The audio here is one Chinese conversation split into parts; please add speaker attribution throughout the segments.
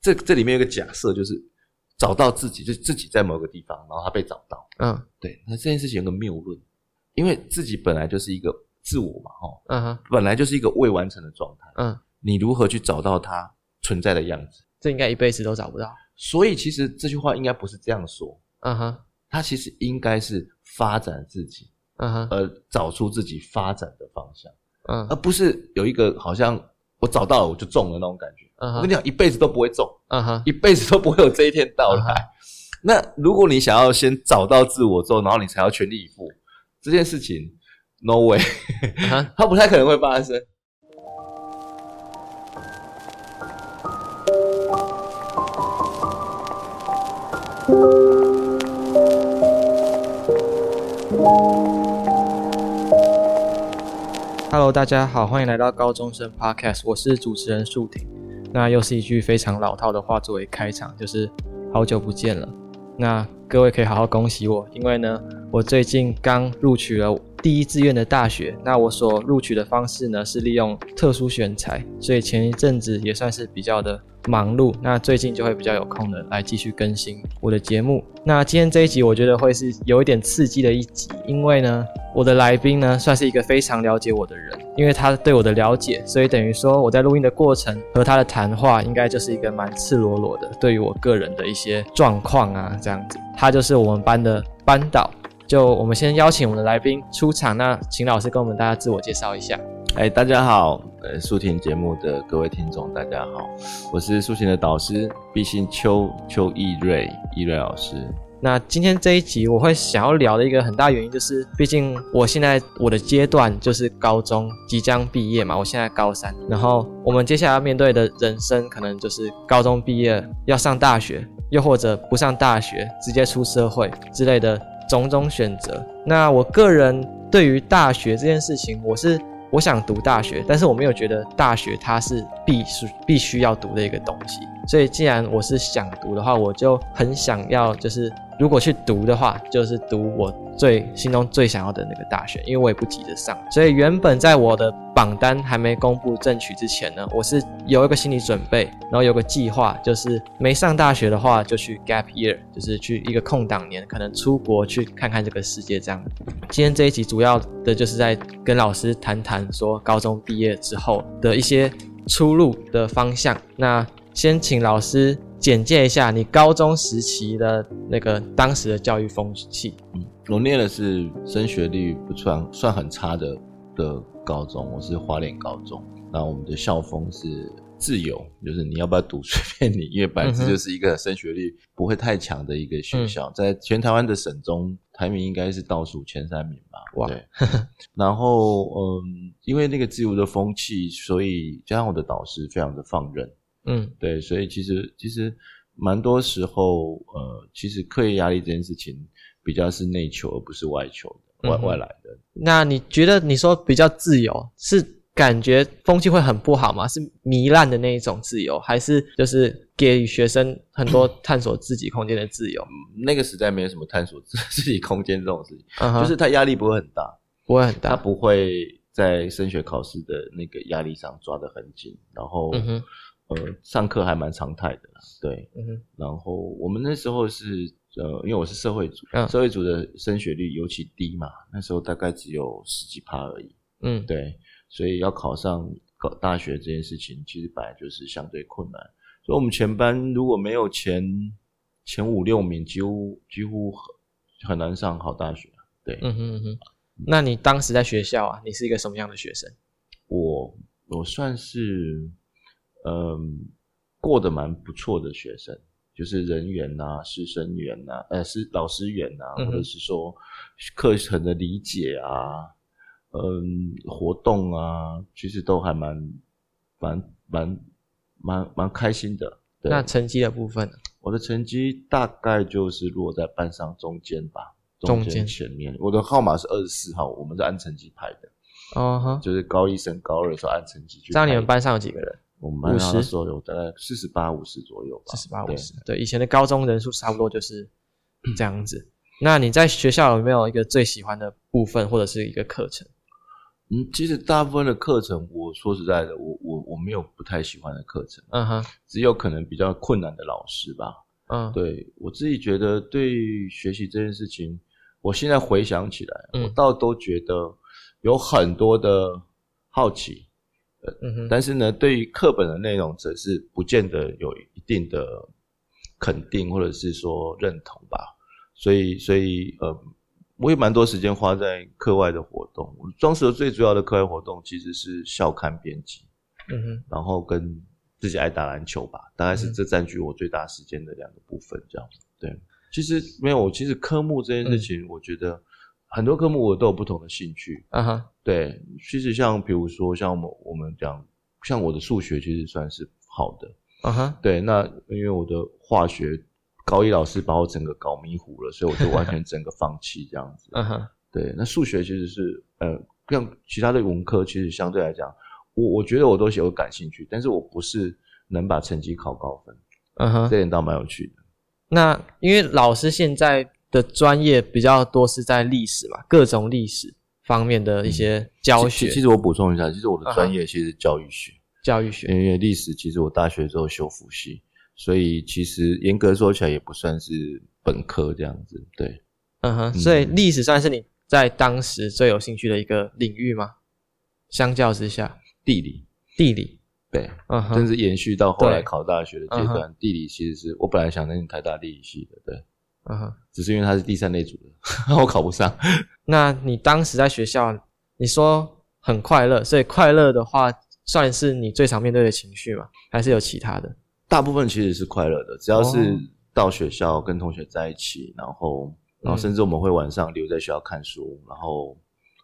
Speaker 1: 这这里面有一个假设，就是找到自己，就是自己在某个地方，然后他被找到。
Speaker 2: 嗯
Speaker 1: 对，那这件事情有个谬论，因为自己本来就是一个自我嘛，哈，
Speaker 2: 嗯哼
Speaker 1: 本来就是一个未完成的状态。
Speaker 2: 嗯，
Speaker 1: 你如何去找到它存在的样子？
Speaker 2: 这应该一辈子都找不到。
Speaker 1: 所以其实这句话应该不是这样说，
Speaker 2: 嗯哼
Speaker 1: 它其实应该是发展自己，
Speaker 2: 嗯哼
Speaker 1: 而找出自己发展的方向，
Speaker 2: 嗯
Speaker 1: 而不是有一个好像我找到了我就中了那种感觉。
Speaker 2: 嗯
Speaker 1: 我跟
Speaker 2: 哼
Speaker 1: 你讲，一辈子都不会中，
Speaker 2: 嗯哼
Speaker 1: 一辈子都不会有这一天到来。 那如果你想要先找到自我之后，然后你才要全力以赴，这件事情，no way，
Speaker 2: 嗯哼，
Speaker 1: 它不太可能会发生。
Speaker 2: Hello，大家好，欢迎来到高中生 Podcast，我是主持人树婷。那又是一句非常老套的话作为开场，就是好久不见了。那各位可以好好恭喜我，因为呢，我最近刚录取了第一志愿的大学。那我所录取的方式呢，是利用特殊选材，所以前一阵子也算是比较的忙碌。那最近就会比较有空的来继续更新我的节目。那今天这一集，我觉得会是有一点刺激的一集，因为呢，我的来宾呢算是一个非常了解我的人，因为他对我的了解，所以等于说我在录音的过程和他的谈话，应该就是一个蛮赤裸裸的，对于我个人的一些状况啊这样子。他就是我们班的班导。就我们先邀请我们的来宾出场，那请老师跟我们大家自我介绍一下。
Speaker 1: 哎，大家好，呃，苏婷节目的各位听众，大家好，我是苏婷的导师，毕姓邱邱义瑞，义瑞老师。
Speaker 2: 那今天这一集我会想要聊的一个很大原因就是，毕竟我现在我的阶段就是高中即将毕业嘛，我现在高三，然后我们接下来要面对的人生可能就是高中毕业要上大学，又或者不上大学直接出社会之类的种种选择。那我个人对于大学这件事情，我是我想读大学，但是我没有觉得大学它是必须必须要读的一个东西。所以既然我是想读的话，我就很想要，就是如果去读的话，就是读我最心中最想要的那个大学，因为我也不急着上。所以原本在我的榜单还没公布正取之前呢，我是有一个心理准备，然后有个计划，就是没上大学的话就去 gap year，就是去一个空档年，可能出国去看看这个世界这样。今天这一集主要的就是在跟老师谈谈说高中毕业之后的一些出路的方向。那先请老师简介一下你高中时期的那个当时的教育风气。
Speaker 1: 我念的是升学率不算算很差的的高中，我是花莲高中。那我们的校风是自由，就是你要不要读随便你，因为本来这
Speaker 2: 嗯哼嗯
Speaker 1: 就是一个升学率不会太强的一个学校，在全台湾的省中排名应该是倒数前三名吧。
Speaker 2: 哇
Speaker 1: 对， 然后嗯，因为那个自由的风气，所以加上我的导师非常的放任，
Speaker 2: 嗯
Speaker 1: 对，所以其实其实蛮多时候，呃，其实课业压力这件事情比较是内求而不是外求的，外、
Speaker 2: 嗯哼
Speaker 1: 外来的。
Speaker 2: 那你觉得你说比较自由，是感觉风气会很不好吗？是糜烂的那一种自由，还是就是给予学生很多探索自己空间的自由？
Speaker 1: 那个时代没有什么探索自自己空间这种事情，
Speaker 2: 嗯哼，
Speaker 1: 就是它压力不会很大，
Speaker 2: 不会很
Speaker 1: 它
Speaker 2: 大。
Speaker 1: 不会在升学考试的那个压力上抓得很紧，然后、
Speaker 2: 嗯哼，
Speaker 1: 呃，上课还蛮常态的啦，对。
Speaker 2: 嗯哼，
Speaker 1: 然后我们那时候是呃，因为我是社会组，
Speaker 2: 嗯
Speaker 1: 社会组的升学率尤其低嘛，那时候大概只有十几趴而已。
Speaker 2: 嗯，
Speaker 1: 对，所以要考上高大学这件事情，其实本来就是相对困难。所以我们全班如果没有前前五六名，几乎几乎很很难上好大学。啊对、
Speaker 2: 嗯哼嗯哼。那你当时在学校啊，你是一个什么样的学生？
Speaker 1: 我，我算是嗯、过得蛮不错的学生，就是人缘呐、师生缘呐、呃，是老师缘呐、
Speaker 2: 嗯哼
Speaker 1: 或者是说课程的理解啊，嗯，活动啊，其实都还蛮蛮蛮蛮蛮开心的。对
Speaker 2: 那成绩的部分呢？
Speaker 1: 我的成绩大概就是落在班上中间吧，
Speaker 2: 中
Speaker 1: 间
Speaker 2: 间
Speaker 1: 前面。我的号码是二十四号，我们是按成绩排的，
Speaker 2: 哦哈，
Speaker 1: 就是高一升高二的时候按成绩去排。
Speaker 2: 知道你们班上有几个人？
Speaker 1: 我们班上
Speaker 2: 50
Speaker 1: 那时候有大概四十八、五十左右吧，
Speaker 2: 四十八、
Speaker 1: 哦对
Speaker 2: 五十。对，以前的高中人数差不多就是这样子。那你在学校有没有一个最喜欢的部分，或者是一个课程？
Speaker 1: 嗯，其实大部分的课程，我说实在的，我我我没有不太喜欢的课程，啊
Speaker 2: 嗯哼，
Speaker 1: 只有可能比较困难的老师吧。
Speaker 2: 嗯，
Speaker 1: 对我自己觉得，对于学习这件事情，我现在回想起来，
Speaker 2: 嗯
Speaker 1: 我倒都觉得有很多的好奇，
Speaker 2: 嗯哼，
Speaker 1: 但是呢，对于课本的内容，则是不见得有一定的肯定或者是说认同吧。所以，所以呃，我也蛮多时间花在课外的活动。我装饰的最主要的课外活动其实是校刊编辑，
Speaker 2: 嗯哼，
Speaker 1: 然后跟自己爱打篮球吧，大概是
Speaker 2: 嗯
Speaker 1: 这占据我最大时间的两个部分。这样对，其实没有，其实科目这件事情，我觉得很多科目我都有不同的兴趣。
Speaker 2: 嗯哼，
Speaker 1: 对，其实像比如说像我们我们讲，像我的数学其实算是好的，
Speaker 2: 嗯哼，
Speaker 1: 对，那因为我的化学高一老师把我整个搞迷糊了，所以我就完全整个放弃这样子。
Speaker 2: 嗯哼，
Speaker 1: 对，那数学其实是呃，像其他的文科，其实相对来讲，我我觉得我都有感兴趣，但是我不是能把成绩考高分，
Speaker 2: 嗯哼。
Speaker 1: 这点倒蛮有趣的。
Speaker 2: 那因为老师现在的专业比较多是在历史嘛，各种历史方面的一些教
Speaker 1: 其
Speaker 2: 学、
Speaker 1: 其其实我补充一下，其实我
Speaker 2: 嗯
Speaker 1: 的
Speaker 2: 哼
Speaker 1: 专业其实是教育学。
Speaker 2: 教育学。
Speaker 1: 因为历史其实我大学之后修辅系，所以其实严格说起来也不算是本科这样子。对，
Speaker 2: 嗯哼，
Speaker 1: 嗯
Speaker 2: 所以历史算是你在当时最有兴趣的一个领域吗？相较之下，
Speaker 1: 地理，
Speaker 2: 地理，
Speaker 1: 对，
Speaker 2: 嗯
Speaker 1: 甚
Speaker 2: 哼，
Speaker 1: 至延续到后来
Speaker 2: 对嗯
Speaker 1: 考大学的阶段，地理其实是我本来想念台大地理系的，对，
Speaker 2: 嗯哼。
Speaker 1: 只是因为它是第三类组的， 我考不上。
Speaker 2: 那你当时在学校，你说很快乐，所以快乐的话算是你最常面对的情绪吗？还是有其他的？
Speaker 1: 大部分其实是快乐的，只要是
Speaker 2: 哦
Speaker 1: 到学校跟同学在一起，然后然后
Speaker 2: 嗯
Speaker 1: 甚至我们会晚上留在学校看书，然后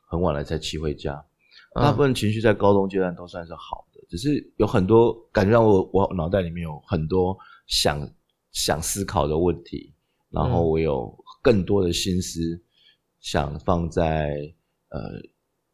Speaker 1: 很晚了才骑回家。
Speaker 2: 嗯
Speaker 1: 大部分情绪在高中阶段都算是好的，只是有很多感觉让我我脑袋里面有很多想想思考的问题，然后
Speaker 2: 嗯
Speaker 1: 我有更多的心思想放在呃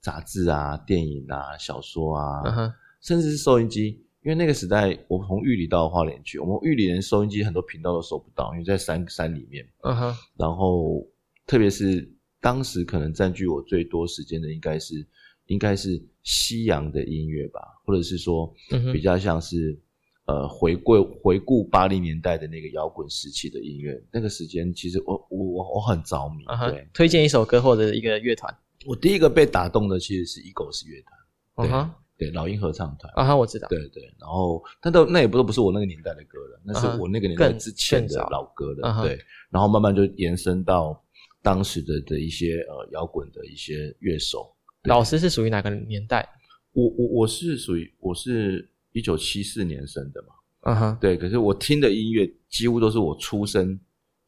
Speaker 1: 杂志啊、电影啊、小说啊，
Speaker 2: 嗯哼，
Speaker 1: 甚至是收音机，因为那个时代我从玉里到花莲去，我们玉里连收音机很多频道都收不到，因为在山山里面，
Speaker 2: 嗯哼，
Speaker 1: 然后特别是当时可能占据我最多时间的应该是应该是西洋的音乐吧，或者是说
Speaker 2: 嗯哼
Speaker 1: 比较像是、呃回顾回顾八零年代的那个摇滚时期的音乐，那个时间其实我我我我很着迷。
Speaker 2: 嗯哼
Speaker 1: 对，
Speaker 2: 推荐一首歌或者一个乐团。
Speaker 1: 我第一个被打动的其实是 Eagles 乐团，
Speaker 2: 嗯哼，
Speaker 1: 对老鹰合唱团。
Speaker 2: 嗯哼，我知道。
Speaker 1: 啊对对，然后但都那也不都不是我那个年代的歌了，那是
Speaker 2: 嗯哼
Speaker 1: 我那个年代
Speaker 2: 更
Speaker 1: 之前
Speaker 2: 更
Speaker 1: 的
Speaker 2: 早
Speaker 1: 老歌
Speaker 2: 嗯
Speaker 1: 了。
Speaker 2: 哼
Speaker 1: 对，然后慢慢就延伸到当时的的一些呃摇滚的一些乐手。对
Speaker 2: 老师是属于哪个年代？
Speaker 1: 我我我是属于我是一九七四年生的嘛，
Speaker 2: 嗯哼，
Speaker 1: 对，可是我听的音乐几乎都是我出生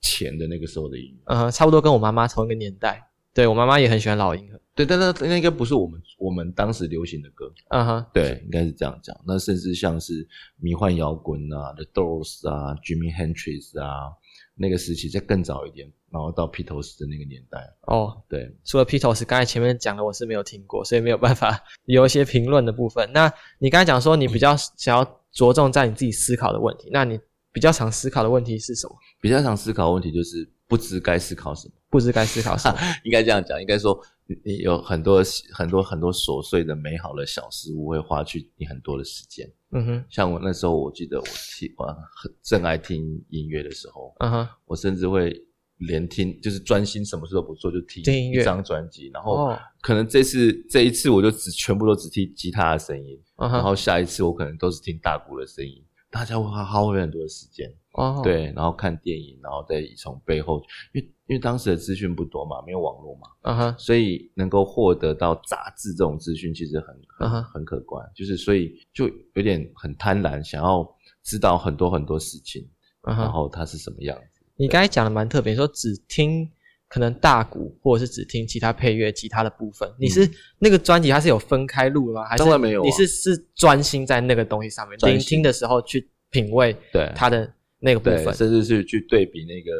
Speaker 1: 前的那个时候的音乐。
Speaker 2: 嗯哼，差不多跟我妈妈同一个年代。对我妈妈也很喜欢老鹰。
Speaker 1: 对，但那那应该不是我们我们当时流行的歌。
Speaker 2: 嗯哼，
Speaker 1: 对，应该是这样讲。那甚至像是迷幻摇滚啊，The Doors 啊，Jimmy Hendrix 啊，那个时期再更早一点，然后到披头士的那个年代，
Speaker 2: 哦，
Speaker 1: 对，
Speaker 2: 除了披头士，刚才前面讲的我是没有听过，所以没有办法有一些评论的部分。那你刚才讲说你比较想要着重在你自己思考的问题，那你比较常思考的问题是什么？
Speaker 1: 比较常思考的问题就是不知该思考什么，
Speaker 2: 不知该思考什么？
Speaker 1: 应该这样讲，应该说你你有很多很多很多琐碎的美好的小事物会花去你很多的时间。
Speaker 2: 嗯哼，
Speaker 1: 像我那时候，我记得我听我很正爱听音乐的时候，
Speaker 2: 嗯哼，
Speaker 1: 我甚至会连听，就是专心什么事都不做，就听
Speaker 2: 听音乐
Speaker 1: 一张专辑，然后
Speaker 2: 哦，
Speaker 1: 可能这次这一次我就只全部都只听吉他的声音，
Speaker 2: 嗯
Speaker 1: 然
Speaker 2: 哼，
Speaker 1: 后下一次我可能都是听大鼓的声音。大家会耗费很多的时间，
Speaker 2: 哦，，
Speaker 1: 对，然后看电影，然后再从背后，因为因为当时的资讯不多嘛，没有网络嘛，
Speaker 2: 嗯哼，
Speaker 1: 所以能够获得到杂志这种资讯其实很
Speaker 2: 嗯
Speaker 1: 很
Speaker 2: 哼
Speaker 1: 很可观，就是所以就有点很贪婪，想要知道很多很多事情，
Speaker 2: 嗯
Speaker 1: 然
Speaker 2: 哼。
Speaker 1: 后它是什么样子。
Speaker 2: 你刚才讲的蛮特别，你说只听可能大鼓，或者是只听其他配乐、吉他的部分。你是、那个专辑它是有分开录吗？还
Speaker 1: 嗯
Speaker 2: 是
Speaker 1: 当然没有啊
Speaker 2: 你是是专心在那个东西上面，
Speaker 1: 专
Speaker 2: 聆
Speaker 1: 心
Speaker 2: 听的时候去品味
Speaker 1: 对，
Speaker 2: 它的那个部
Speaker 1: 对，
Speaker 2: 分。
Speaker 1: 甚至是去对比那个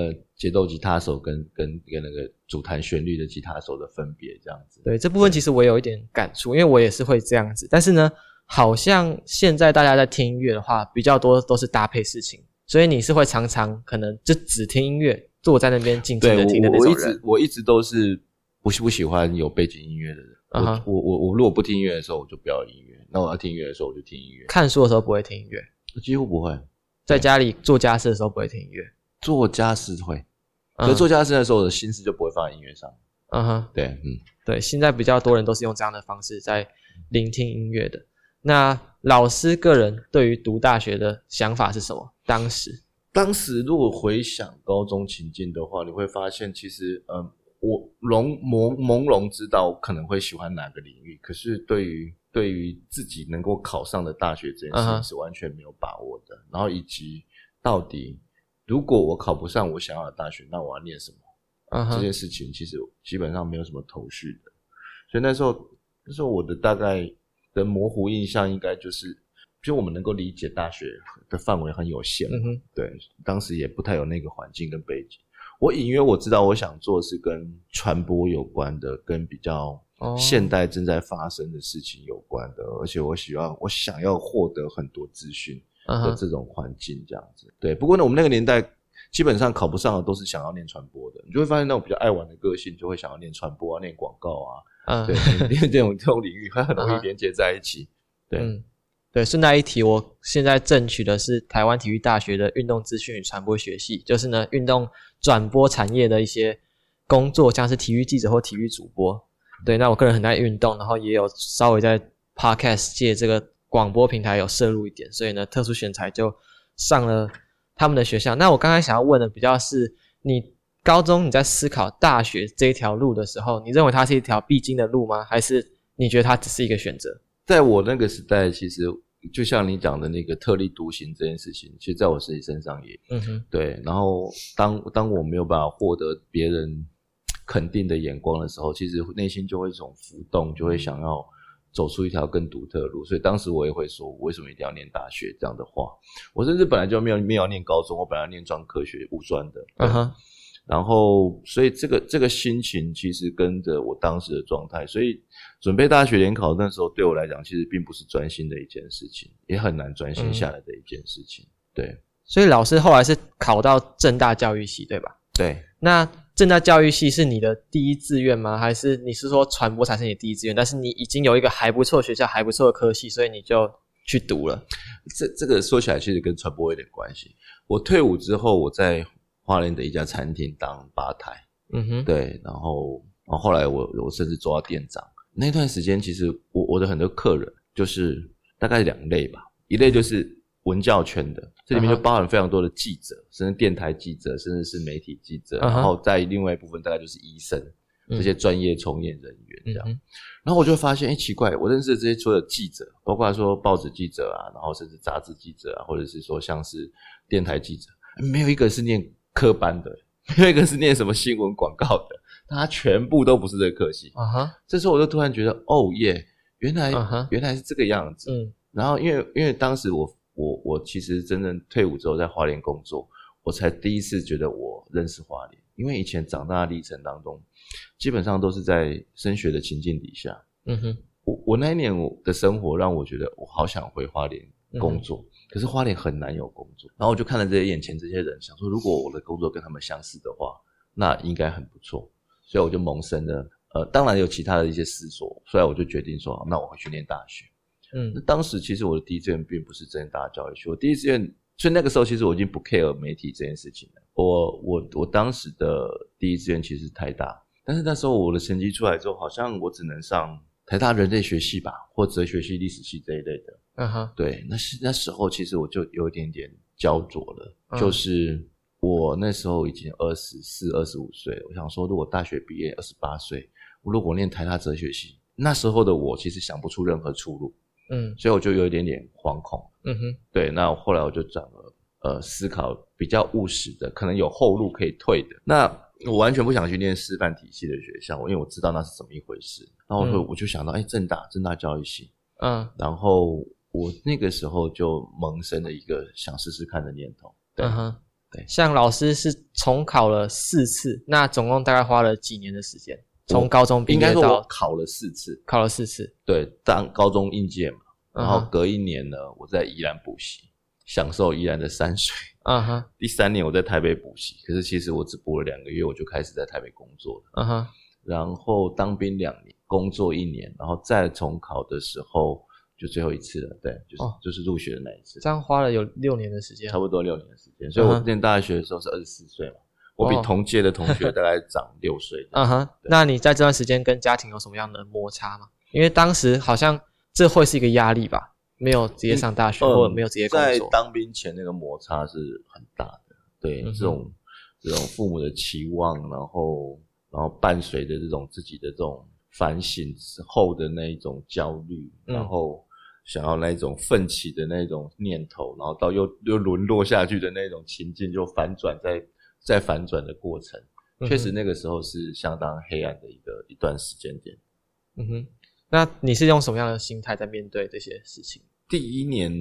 Speaker 1: 呃节奏吉他手跟跟跟那个主弹旋律的吉他手的分别这样子。
Speaker 2: 对这部分，其实我有一点感触，因为我也是会这样子。但是呢，好像现在大家在听音乐的话，比较多都是搭配事情，所以你是会常常可能就只听音乐，坐在那边静静
Speaker 1: 对
Speaker 2: 的听的
Speaker 1: 我
Speaker 2: 那
Speaker 1: 我我
Speaker 2: 种
Speaker 1: 一
Speaker 2: 人
Speaker 1: 直。我一直都是不喜不喜欢有背景音乐的人，
Speaker 2: 啊哈
Speaker 1: 我我我我如果不听音乐的时候，我就不要音乐；那我要听音乐的时候，我就听 音乐。
Speaker 2: 看书的时候不会听音乐，
Speaker 1: 几乎不会
Speaker 2: 在家里做家事的时候不会听音乐。
Speaker 1: 做家事会，可
Speaker 2: 嗯
Speaker 1: 是做家事的时候，我的心思就不会放在音乐上。
Speaker 2: 嗯哼，
Speaker 1: 对，嗯，
Speaker 2: 对，现在比较多人都是用这样的方式在聆听音乐的。那老师个人对于读大学的想法是什么？当时，
Speaker 1: 当时如果回想高中情境的话，你会发现其实，嗯，我笼朦朦胧知道我可能会喜欢哪个领域，可是对于对于自己能够考上的大学这件事
Speaker 2: 嗯哼
Speaker 1: 情是完全没有把握的。然后以及到底如果我考不上我想要的大学，那我要念什么？
Speaker 2: 嗯
Speaker 1: 这
Speaker 2: 哼，
Speaker 1: 件事情其实基本上没有什么头绪的，所以那时候那时候我的大概的模糊印象应该就是，就我们能够理解大学的范围很有限，
Speaker 2: 嗯哼，
Speaker 1: 对，当时也不太有那个环境跟背景。我隐约我知道我想做的是跟传播有关的，跟比较
Speaker 2: 哦
Speaker 1: 现代正在发生的事情有关的，而且我喜欢我想要获得很多资讯
Speaker 2: 嗯
Speaker 1: 的
Speaker 2: 哼，
Speaker 1: 这种环境这样子。对，不过呢，我们那个年代基本上考不上的都是想要念传播的，你就会发现那种比较爱玩的个性就会想要念传播啊、念广告啊，
Speaker 2: 嗯，
Speaker 1: 对，念这种这种领域，它很容易连接在一起。对，
Speaker 2: 嗯，对，顺带一提，我现在争取的是台湾体育大学的运动资讯与传播学系，就是呢，运动转播产业的一些工作，像是体育记者或体育主播。对，那我个人很爱运动，然后也有稍微在 podcast 界这个广播平台有涉入一点，所以呢，特殊选材就上了他们的学校。那我刚才想要问的比较是你。高中你在思考大学这一条路的时候，你认为它是一条必经的路吗？还是你觉得它只是一个选择？
Speaker 1: 在我那个时代，其实就像你讲的那个特立独行这件事情，其实在我自己身上也
Speaker 2: 嗯哼，
Speaker 1: 对。然后当当我没有办法获得别人肯定的眼光的时候，其实内心就会有一种浮动，
Speaker 2: 嗯
Speaker 1: 就会想要走出一条更独特的路。所以当时我也会说，我为什么一定要念大学这样的话？我甚至本来就没有没有要念高中，我本来要念专科学五专的。
Speaker 2: 嗯哼，
Speaker 1: 然后，所以这个这个心情其实跟着我当时的状态，所以准备大学联考那时候对我来讲，其实并不是专心的一件事情，也很难专心下来的一件事情。对
Speaker 2: 所以老师后来是考到正大教育系，对吧？
Speaker 1: 对，
Speaker 2: 那正大教育系是你的第一志愿吗？还是你是说传播才是你的第一志愿？但是你已经有一个还不错学校、还不错的科系，所以你就去读了。
Speaker 1: 这这个说起来其实跟传播有点关系。我退伍之后，我在花莲的一家餐厅当吧台，
Speaker 2: 嗯哼，
Speaker 1: 对，然后然后后来我我甚至做到店长。那段时间，其实我我的很多客人就是大概两类吧，一类就是文教圈的，这里面
Speaker 2: 嗯哼嗯
Speaker 1: 就包含非常多的记者，甚至电台记者，甚至是媒体记者，
Speaker 2: 嗯哼
Speaker 1: 然后在另外一部分大概就是医生
Speaker 2: 嗯
Speaker 1: 这些专业从业人员这
Speaker 2: 嗯
Speaker 1: 样。
Speaker 2: 哼，
Speaker 1: 然后我就发现，哎，奇怪，我认识的这些所有记者，包括说报纸记者啊，然后甚至杂志记者啊，或者是说像是电台记者，没有一个是念科班的，没有一个是念什么新闻广告的，大家全部都不是这个科系。
Speaker 2: 啊哈，
Speaker 1: 这时候我就突然觉得，哦耶，原来、
Speaker 2: 嗯哼
Speaker 1: 原来是这个样子。
Speaker 2: 嗯
Speaker 1: 然后因为因为当时我我我其实真正退伍之后在花莲工作，我才第一次觉得我认识花莲，因为以前长大的历程当中，基本上都是在升学的情境底下。
Speaker 2: 嗯哼，
Speaker 1: 我我那一年我的生活让我觉得我好想回花莲
Speaker 2: 嗯
Speaker 1: 工作，可是花莲很难有工作。然后我就看了这些眼前这些人，想说如果我的工作跟他们相似的话，那应该很不错。所以我就萌生了，呃，当然有其他的一些思索，所以我就决定说，那我会去念大学。那
Speaker 2: 嗯
Speaker 1: 当时其实我的第一志愿并不是正大教育系，我第一志愿，所以那个时候其实我已经不 care 媒体这件事情了。我我我当时的第一志愿其实是台大，但是那时候我的成绩出来之后，好像我只能上台大人类学系吧，或哲学系、历史系这一类的。
Speaker 2: 嗯哈，
Speaker 1: 对，那是那时候其实我就有一点点焦灼了，
Speaker 2: 嗯
Speaker 1: 就是我那时候已经二十四、二十五岁了，我想说，如果大学毕业二十八岁，如果念台大哲学系，那时候的我其实想不出任何出路。
Speaker 2: 嗯
Speaker 1: 所以我就有一点点惶恐。
Speaker 2: 嗯哼，
Speaker 1: 对，那我后来我就转了，呃，思考比较务实的，可能有后路可以退的。那我完全不想去念师范体系的学校，因为我知道那是怎么一回事。然后我就、
Speaker 2: 嗯
Speaker 1: 我就想到，哎，正大正大教育系，
Speaker 2: 嗯
Speaker 1: 然后我那个时候就萌生了一个想试试看的念头。对，
Speaker 2: 嗯哼，
Speaker 1: 对
Speaker 2: 像老师是重考了四次，那总共大概花了几年的时间？从高中毕
Speaker 1: 应该
Speaker 2: 业
Speaker 1: 说我
Speaker 2: 到
Speaker 1: 考了四次，
Speaker 2: 考了四次，
Speaker 1: 对，当高中应届嘛，然
Speaker 2: 嗯
Speaker 1: 后
Speaker 2: 哼
Speaker 1: 隔一年呢，我在宜兰补习，享受宜兰的山水。
Speaker 2: 嗯哼，
Speaker 1: 第三年我在台北补习，可是其实我只补了两个月，我就开始在台北工作了。
Speaker 2: 嗯哼，
Speaker 1: 然后当兵两年，工作一年，然后再重考的时候就最后一次了，对，就是、
Speaker 2: 哦
Speaker 1: 就是入学的那一次，
Speaker 2: 这样花了有六年的时间
Speaker 1: 差。不多六年的时间。所以
Speaker 2: 嗯
Speaker 1: 我
Speaker 2: 哼
Speaker 1: 念大学的时候是二十四岁嘛，我比
Speaker 2: 哦
Speaker 1: 同届的同学大概长六岁。
Speaker 2: 嗯哼，那你在这段时间跟家庭有什么样的摩擦吗？因为当时好像这会是一个压力吧，没有直接上大学、
Speaker 1: 嗯
Speaker 2: 或者没有直接工
Speaker 1: 在
Speaker 2: 作。
Speaker 1: 当兵前那个摩擦是很大的，对、
Speaker 2: 嗯哼
Speaker 1: 这种这种父母的期望，然后然后伴随着这种自己的这种反省之后的那一种焦虑，
Speaker 2: 嗯
Speaker 1: 然后想要那一种奋起的那种念头，然后到又又沦落下去的那种情境，就反转再再反转的过程，
Speaker 2: 嗯哼
Speaker 1: 确实那个时候是相当黑暗的一个一段时间点。
Speaker 2: 嗯哼，那你是用什么样的心态在面对这些事情？
Speaker 1: 第一年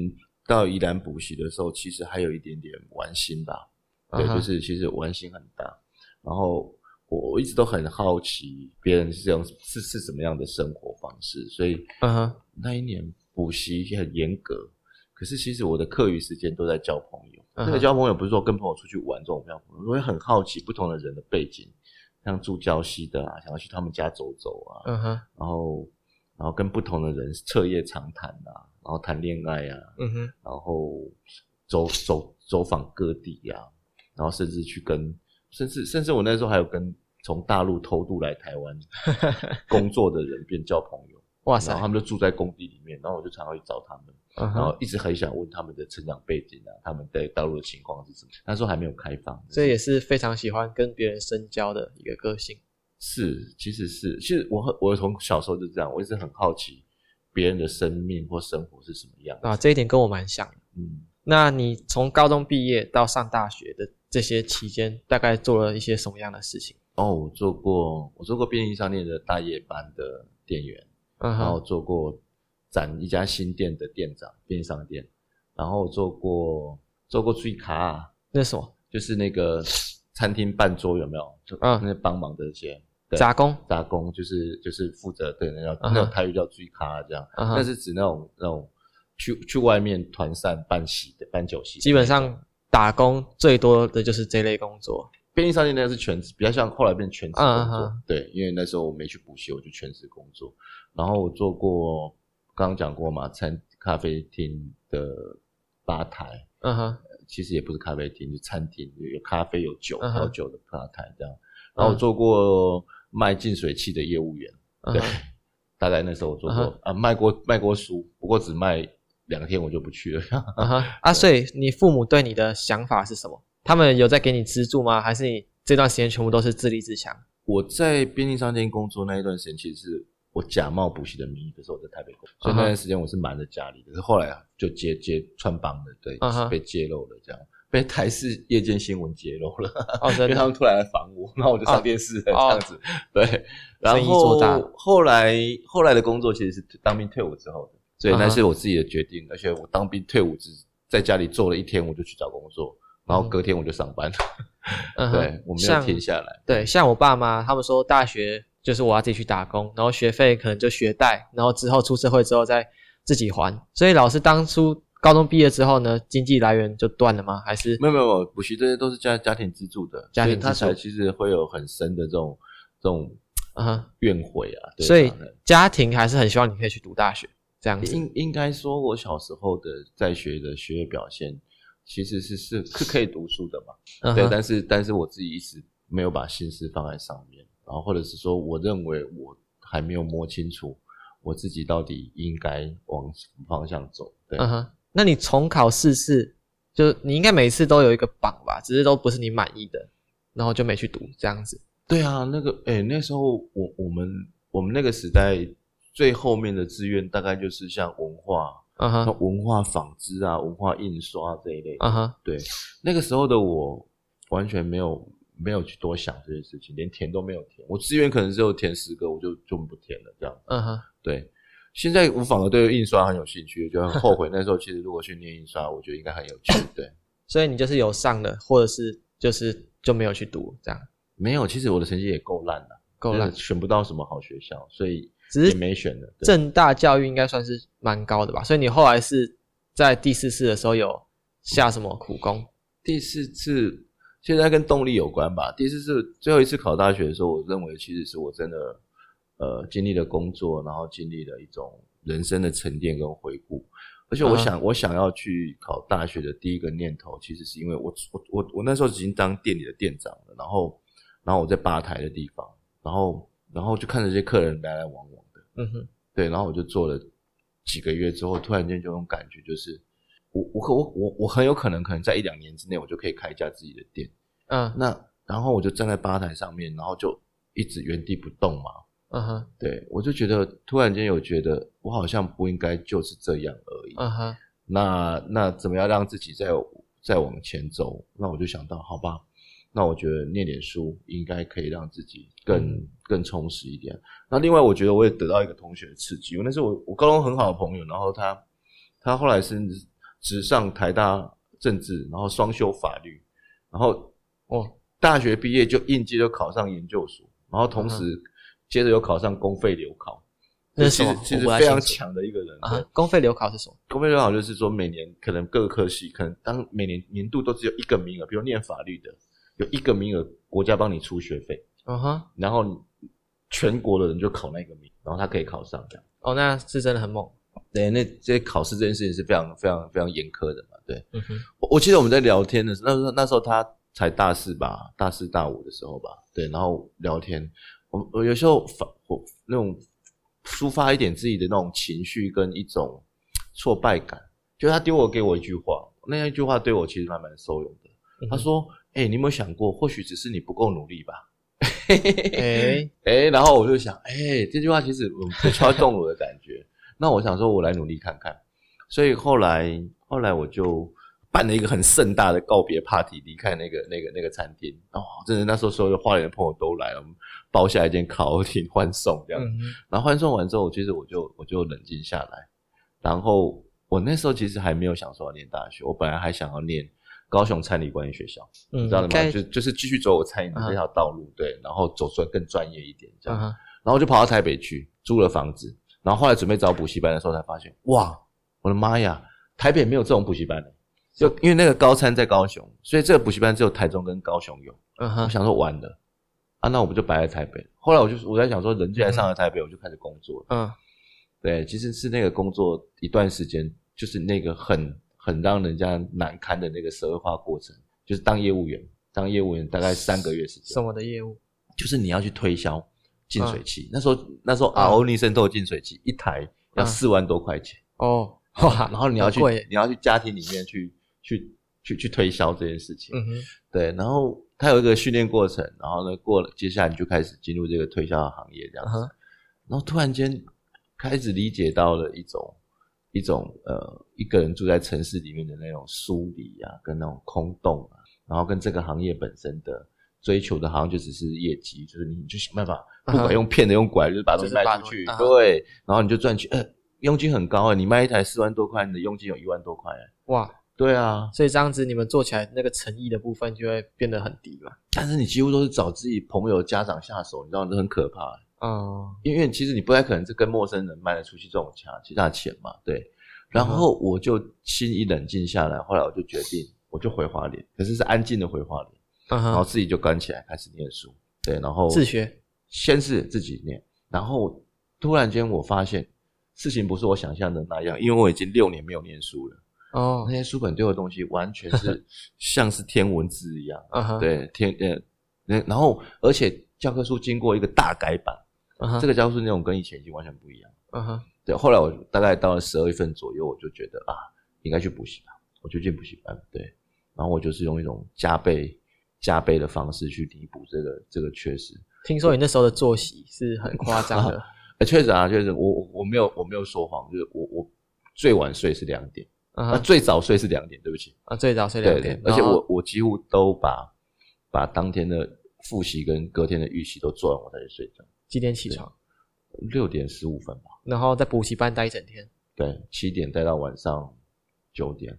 Speaker 1: 到宜兰补习的时候，其实还有一点点玩心吧，对，
Speaker 2: 嗯哼
Speaker 1: 就是其实玩心很大。然后我一直都很好奇别人是这种是是怎么样的生活方式，所以
Speaker 2: 嗯哼，
Speaker 1: 那一年补习也很严格。可是其实我的课余时间都在交朋友，那、
Speaker 2: 嗯哼
Speaker 1: 个交朋友不是说跟朋友出去玩这种交朋友，我会很好奇不同的人的背景，像住礁溪的啊，想要去他们家走走啊，
Speaker 2: 嗯哼，
Speaker 1: 然后然后跟不同的人彻夜长谈啊，然后谈恋爱啊，
Speaker 2: 嗯哼，
Speaker 1: 然后走走走访各地呀、然后甚至去跟，甚至甚至我那时候还有跟从大陆偷渡来台 湾工作的人变交朋友，
Speaker 2: 哇
Speaker 1: 然
Speaker 2: 塞
Speaker 1: 后，他们就住在工地里面，然后我就常常去找他们，
Speaker 2: 嗯
Speaker 1: 然
Speaker 2: 哼，
Speaker 1: 后一直很想问他们的成长背景啊，他们在大陆的情况是什么？那时候还没有开放，
Speaker 2: 这也是非常喜欢跟别人深交的一个个性。
Speaker 1: 是，其实是，其实我很我从小时候就这样，我一直很好奇别人的生命或生活是什么样的，
Speaker 2: 啊，这一点跟我蛮像的。
Speaker 1: 嗯。
Speaker 2: 那你从高中毕业到上大学的这些期间，大概做了一些什么样的事情？
Speaker 1: 哦，我做过，我做过便利商店的大夜班的店员，
Speaker 2: 嗯
Speaker 1: 然后
Speaker 2: 哼，
Speaker 1: 做过展一家新店的店长，便利商店，然后做过做过追卡啊，
Speaker 2: 那是什么？
Speaker 1: 就是那个餐厅办桌有没有？就
Speaker 2: 嗯
Speaker 1: 那帮忙的一些对
Speaker 2: 杂工？
Speaker 1: 打工，就是就是负责对那叫
Speaker 2: 嗯哼
Speaker 1: 那种台语叫追卡啊这样，
Speaker 2: 嗯
Speaker 1: 那
Speaker 2: 哼，
Speaker 1: 是指那种那种去去外面团扇办喜的办酒席的那种，
Speaker 2: 基本上打工最多的就是这类工作。
Speaker 1: 便利商店那个是全职，比较像后来变全职工作。
Speaker 2: 嗯嗯嗯
Speaker 1: 对，因为那时候我没去补习，我就全职工作。然后我做过，刚刚讲过嘛，餐咖啡厅的吧台，
Speaker 2: 嗯哼，
Speaker 1: 其实也不是咖啡厅，就餐厅有咖啡有酒，
Speaker 2: 嗯哼嗯
Speaker 1: 还有酒的吧台这样。然后我做过卖净水器的业务员，
Speaker 2: 嗯
Speaker 1: 对
Speaker 2: 哼，
Speaker 1: 大概那时候我做过、
Speaker 2: 嗯哼
Speaker 1: 啊，卖过卖过书，不过只卖两天我就不去了。
Speaker 2: 嗯哼。啊，所以你父母对你的想法是什么？他们有在给你资助吗？还是你这段时间全部都是自立自强？
Speaker 1: 我在便利商店工作那一段时间，其实是我假冒补习的名义，可是我在台北工作，所
Speaker 2: 嗯
Speaker 1: 以那段时间我是瞒着家里的。可是后来啊就接接穿帮的，对
Speaker 2: 嗯哼
Speaker 1: 被揭露了，这样被台视夜间新闻揭露了，
Speaker 2: 哦，
Speaker 1: 因
Speaker 2: 真
Speaker 1: 为他
Speaker 2: 的。
Speaker 1: 们突然来访我，然后我就上电视了，这
Speaker 2: 哦
Speaker 1: 样子。对，然
Speaker 2: 生意做大
Speaker 1: 后后来后来的工作其实是当兵退伍之后的，所以
Speaker 2: 嗯
Speaker 1: 那
Speaker 2: 哼
Speaker 1: 是我自己的决定。而且我当兵退伍之在家里做了一天，我就去找工作，然后隔天我就上班，
Speaker 2: 嗯哼，
Speaker 1: 对我没有
Speaker 2: 像
Speaker 1: 停下来。
Speaker 2: 对，像我爸妈他们说大学就是我要自己去打工，然后学费可能就学贷，然后之后出社会之后再自己还。所以老师当初高中毕业之后呢，经济来源就断了吗？还是
Speaker 1: 没有没有，没有，补习这些都是家家庭资助的，
Speaker 2: 家庭
Speaker 1: 所以他
Speaker 2: 资助
Speaker 1: 才其实会有很深的这种这种
Speaker 2: 嗯哼，
Speaker 1: 怨悔啊。对
Speaker 2: 所以
Speaker 1: 吧
Speaker 2: 家庭还是很希望你可以去读大学这样子。
Speaker 1: 应应该说，我小时候的在学的学业表现，其实是是是可以读书的嘛。
Speaker 2: 嗯
Speaker 1: 对，
Speaker 2: 哼，
Speaker 1: 但是但是我自己一直没有把心思放在上面，然后或者是说，我认为我还没有摸清楚我自己到底应该往什么方向走。对，
Speaker 2: 嗯哼，那你重考四次，就你应该每次都有一个榜吧，只是都不是你满意的，然后就没去读这样子。
Speaker 1: 对啊，那个哎、那时候我我们我们那个时代最后面的志愿大概就是像文化、
Speaker 2: 嗯
Speaker 1: 像
Speaker 2: 哼，
Speaker 1: 文化纺织啊、文化印刷这一类的。
Speaker 2: 嗯哼，
Speaker 1: 对，那个时候的我完全没有没有去多想这些事情，连填都没有填。我志愿可能只有填十个，我就就不填了这样。
Speaker 2: 嗯哼，
Speaker 1: 对，现在我反而对印刷很有兴趣，就很后悔那时候其实如果去念印刷，我觉得应该很有趣。对，
Speaker 2: 所以你就是有上了，或者是就是就没有去读这样。
Speaker 1: 没有，其实我的成绩也够烂了，
Speaker 2: 够
Speaker 1: 真的
Speaker 2: 烂，
Speaker 1: 选不到什么好学校，所以
Speaker 2: 只
Speaker 1: 也
Speaker 2: 是
Speaker 1: 没选嗯了。对
Speaker 2: 正大教育应该算是蛮高的吧，所以你后来是在第四次的时候有下什么苦功？
Speaker 1: 第四次，现在跟动力有关吧。第四次，最后一次考大学的时候，我认为其实是我真的呃经历了工作，然后经历了一种人生的沉淀跟回顾。而且我想，我想要去考大学的第一个念头，其实是因为我我我我那时候已经当店里的店长了，然后然后我在吧台的地方，然后然后就看着这些客人来来往往的，
Speaker 2: 嗯哼，
Speaker 1: 对，然后我就做了几个月之后，突然间就有种感觉，就是我我可我我我很有可能可能在一两年之内，我就可以开一家自己的店。
Speaker 2: 嗯
Speaker 1: 那然后我就站在吧台上面，然后就一直原地不动嘛，
Speaker 2: 嗯哼，
Speaker 1: 对我就觉得突然间有觉得我好像不应该就是这样而已。
Speaker 2: 嗯哼，
Speaker 1: 那那怎么样让自己再再往前走？那我就想到，好吧，那我觉得念点书应该可以让自己更、
Speaker 2: 嗯
Speaker 1: 更充实一点。那另外，我觉得我也得到一个同学的刺激，我那是我我高中很好的朋友，然后他他后来是直上台大政治，然后双修法律，然后
Speaker 2: 哦，
Speaker 1: 大学毕业就应届就考上研究所，然后同时接着又考上公费留考。
Speaker 2: 嗯那是
Speaker 1: 其
Speaker 2: 什么
Speaker 1: 实其
Speaker 2: 我
Speaker 1: 实
Speaker 2: 不太
Speaker 1: 非常
Speaker 2: 清楚
Speaker 1: 强的一个人，
Speaker 2: 啊
Speaker 1: 对
Speaker 2: 哈，公费留考是什么？
Speaker 1: 公费留考就是说，每年可能各个科系，可能当每年年度都只有一个名额，比如念法律的有一个名额，国家帮你出学费，
Speaker 2: 嗯哼，
Speaker 1: 然后你全国的人就考那个名，然后他可以考上这样。
Speaker 2: 哦，那是真的很猛。
Speaker 1: 对，那这些考试这件事情是非常非常非常严苛的嘛。对，
Speaker 2: 嗯 哼，
Speaker 1: 我我记得我们在聊天的时候，那时候那时候他才大四吧，大四大五的时候吧，对，然后聊天，我我有时候反我那种抒发一点自己的那种情绪跟一种挫败感，就是他丢我给我一句话，那一句话对我其实蛮蛮受用的。他说：“哎、你有没有想过，或许只是你不够努力吧？”
Speaker 2: 哎，
Speaker 1: 哎、然后我就想，哎、这句话其实我不敲动我的感觉。 那我想说，我来努力看看。所以后来，后来我就办了一个很盛大的告别 party，离开那个那个那个餐厅。哦，真的，那时候所有的花莲的朋友都来了，我们包下一间烤肉厅欢送这样。
Speaker 2: 嗯哼，
Speaker 1: 然后欢送完之后，其实我就我就冷静下来。然后我那时候其实还没有想说要念大学，我本来还想要念高雄餐礼管理学校。
Speaker 2: 嗯，
Speaker 1: 你知道的吗？
Speaker 2: 该
Speaker 1: 就就是继续走我餐饮的
Speaker 2: 嗯
Speaker 1: 这条道路，对，然后走出来更专业一点这
Speaker 2: 嗯
Speaker 1: 样。
Speaker 2: 哼，
Speaker 1: 然后就跑到台北去租了房子，然后后来准备找补习班的时候才发现，哇，我的妈呀，台北没有这种补习班的，欸就因为那个高餐在高雄，所以这个补习班只有台中跟高雄有。
Speaker 2: 嗯
Speaker 1: 我
Speaker 2: 哼，
Speaker 1: 想说完了啊，那我不就白在台北了？后来我就我在想说，人既然上了台北，我就开始工作了。
Speaker 2: 嗯
Speaker 1: 对，其实是那个工作一段时间，就是那个很很让人家难堪的那个社会化过程，就是当业务员，当业务员大概三个月时间，
Speaker 2: 什么的业务？
Speaker 1: 就是你要去推销净水器。那时候那时候 RO 逆渗透净水器一台要
Speaker 2: 嗯
Speaker 1: 四万多块钱，
Speaker 2: 哦， 哇，
Speaker 1: 然后你要
Speaker 2: 很
Speaker 1: 去
Speaker 2: 贵耶
Speaker 1: 你要去家庭里面去去去去推销这件事情。
Speaker 2: 嗯哼，
Speaker 1: 对，然后它有一个训练过程，然后呢，过了接下来你就开始进入这个推销的行业这样
Speaker 2: 嗯
Speaker 1: 子，
Speaker 2: 哼，
Speaker 1: 然后突然间开始理解到了一种一种呃一个人住在城市里面的那种疏离啊，跟那种空洞啊，然后跟这个行业本身的追求的好像就只是业绩，就是你就想办法，不
Speaker 2: 嗯哼
Speaker 1: 管用骗的用拐的，就是把东西
Speaker 2: 就是把
Speaker 1: 卖出
Speaker 2: 东
Speaker 1: 去，
Speaker 2: 嗯哼
Speaker 1: 对，然后你就赚取，呃，佣金很高啊、你卖一台四万多块，你的佣金有一万多块、欸，
Speaker 2: 哇，
Speaker 1: 对啊，
Speaker 2: 所以这样子你们做起来那个诚意的部分就会变得很低嘛？
Speaker 1: 但是你几乎都是找自己朋友、家长下手，你知道这很可怕、
Speaker 2: 哦，
Speaker 1: 因为其实你不太可能是跟陌生人卖得出去这种价其他钱嘛，对。然后我就心一冷静下来，后来我就决定，我就回花莲，可是是安静的回花莲，然
Speaker 2: 嗯
Speaker 1: 后
Speaker 2: 哼，哦
Speaker 1: 自己就关起来开始念书，对，然后
Speaker 2: 自学，
Speaker 1: 先是自己念，然后突然间我发现事情不是我想象的那样，因为我已经六年没有念书了，
Speaker 2: 哦
Speaker 1: 那，些书本对我的东西完全是 像是天文字一样，
Speaker 2: 嗯哼，，
Speaker 1: 对，天呃，那然后而且教科书经过一个大改版，
Speaker 2: 嗯哼，
Speaker 1: 这
Speaker 2: 个，
Speaker 1: 个教科书内容跟以前已经完全不一样。
Speaker 2: 嗯哼，
Speaker 1: 对，后来我大概到了十二月份左右，我就觉得啊，应该去补习班，我就进补习班。对，然后我就是用一种加倍、加倍的方式去弥补这个这个缺失。
Speaker 2: 听说你那时候的作息是很夸 张的，
Speaker 1: 呃，确实啊，确实，我我我没有我没有说谎，就是我我最晚睡是两点，
Speaker 2: 嗯
Speaker 1: 啊，
Speaker 2: 哼，
Speaker 1: 最早睡是两点，对不起，
Speaker 2: 啊，最早睡两
Speaker 1: 对对
Speaker 2: 点，，啊
Speaker 1: 而且
Speaker 2: 然后
Speaker 1: 我我几乎都把把当天的复习跟隔天的预习都做完，我才去睡觉，
Speaker 2: 几点起床？
Speaker 1: 六点十五分吧，
Speaker 2: 然后在补习班待一整天，
Speaker 1: 对，七点待到晚上九点。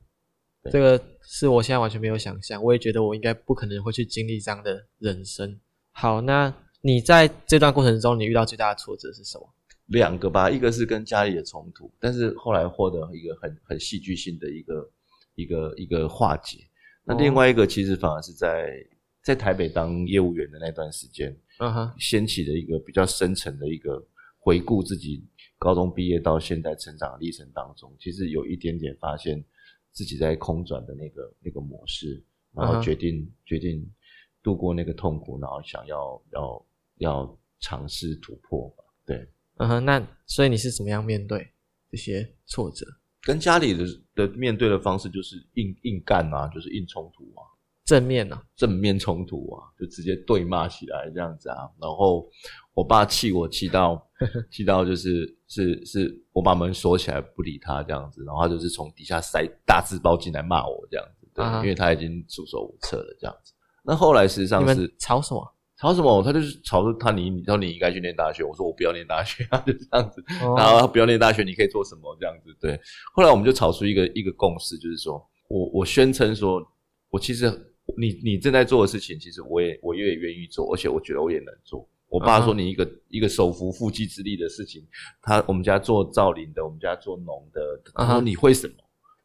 Speaker 1: 对
Speaker 2: 这个是我现在完全没有想象，我也觉得我应该不可能会去经历这样的人生。好，那你在这段过程中，你遇到最大的挫折是什么？
Speaker 1: 两个吧，一个是跟家里的冲突，但是后来获得一个很很戏剧性的一个一个一个化解。那
Speaker 2: 哦
Speaker 1: 另外一个其实反而是在在台北当业务员的那段时间，
Speaker 2: 嗯哼，
Speaker 1: 掀起了一个比较深层的一个回顾自己高中毕业到现在成长的历程当中，其实有一点点发现自己在空转的那个那个模式，然
Speaker 2: 嗯
Speaker 1: 后
Speaker 2: 哼
Speaker 1: 决定、决定度过那个痛苦，然后想要要要尝试突破吧。对，
Speaker 2: 嗯哼，那所以你是怎么样面对这些挫折？
Speaker 1: 跟家里的的面对的方式就是硬硬干啊，就是硬冲突啊。
Speaker 2: 正面呢、
Speaker 1: 正面冲突啊，就直接对骂起来这样子啊。然后我爸气我气 到气到就是是是我把门锁起来不理他这样子，然后他就是从底下塞大字报进来骂我这样子，对，
Speaker 2: 啊哈
Speaker 1: 因为他已经束手无策了这样子。那后来事实上
Speaker 2: 你
Speaker 1: 是
Speaker 2: 们吵什么？
Speaker 1: 吵什么？他就是吵说他你你说你应该去念大学，我说我不要念大学，他 就这样子。然
Speaker 2: 哦，
Speaker 1: 后不要念大学，你可以做什么这样子？对。后来我们就吵出一个一个共识，就是说我我宣称说，我其实你你正在做的事情，其实我也我也愿意做，而且我觉得我也能做。我爸说
Speaker 2: 嗯
Speaker 1: 你一个、一个手扶腹肌之力的事情，他我们家做造林的，我们家做农的，
Speaker 2: 嗯哼
Speaker 1: 他说你会什么？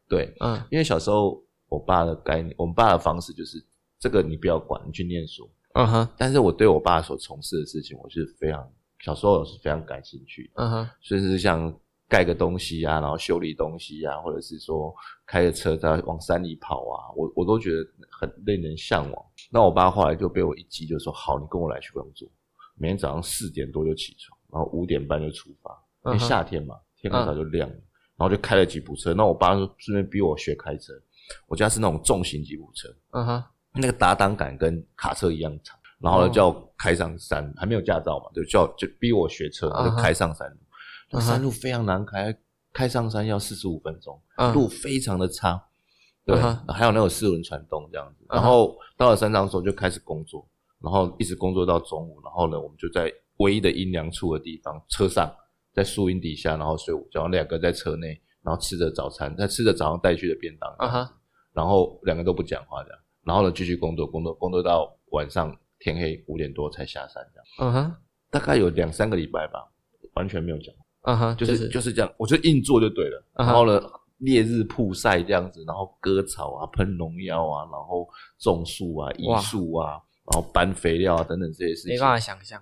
Speaker 1: 对，
Speaker 2: 嗯
Speaker 1: 因为小时候我爸的概念，我们爸的方式就是这个你不要管，你去念书。
Speaker 2: 嗯哼，
Speaker 1: 但是我对我爸所从事的事情，我是非常小时候我是非常感兴趣的。
Speaker 2: 嗯哼，
Speaker 1: 甚至像盖个东西啊，然后修理东西啊，或者是说开着车在往山里跑啊，我我都觉得很令人向往。那我爸后来就被我一激，就说：“好，你跟我来去工作。”每天早上四点多就起床，然后五点半就出发，因为
Speaker 2: 嗯哼嗯
Speaker 1: 夏天嘛，天很早就亮了，然后就开了吉普车。那我爸就顺便逼我学开车，我家是那种重型吉普车，
Speaker 2: 嗯哼，
Speaker 1: 那个打档杆跟卡车一样长，然后
Speaker 2: 哦
Speaker 1: 呢叫我开上山，还没有驾
Speaker 2: 嗯
Speaker 1: 照嘛，就叫就逼我学车，
Speaker 2: 啊哈
Speaker 1: 就开上山路。那
Speaker 2: 啊哈
Speaker 1: 山路非常难开，开上山要四十五分钟，
Speaker 2: 嗯
Speaker 1: 路非常的差。对，
Speaker 2: 啊哈
Speaker 1: 还有那种四轮传动这样子。
Speaker 2: 啊哈
Speaker 1: 然后到了山上的时候就开始工作，然后一直工作到中午，然后呢，我们就在唯一的阴凉处的地方，车上在树荫底下，然后睡午觉，两个在车内，然后吃着早餐，在吃着早上带去的便当。
Speaker 2: 嗯哼，
Speaker 1: 然后两个都不讲话这样，然后呢继续工作，工作工作到晚上天黑五点多才下山这样，
Speaker 2: 嗯哼，
Speaker 1: 大概有两三个礼拜吧，完全没有讲话，
Speaker 2: 嗯哼，
Speaker 1: 就、
Speaker 2: 就是是
Speaker 1: 就是这样，我就硬做就对了。
Speaker 2: 啊哈
Speaker 1: 然后呢，烈日曝晒这样子，然后割草啊、喷农药啊，然后种树啊、移
Speaker 2: 哇
Speaker 1: 树啊，然后搬肥料啊等等这些事
Speaker 2: 没
Speaker 1: 情，
Speaker 2: 办法想象，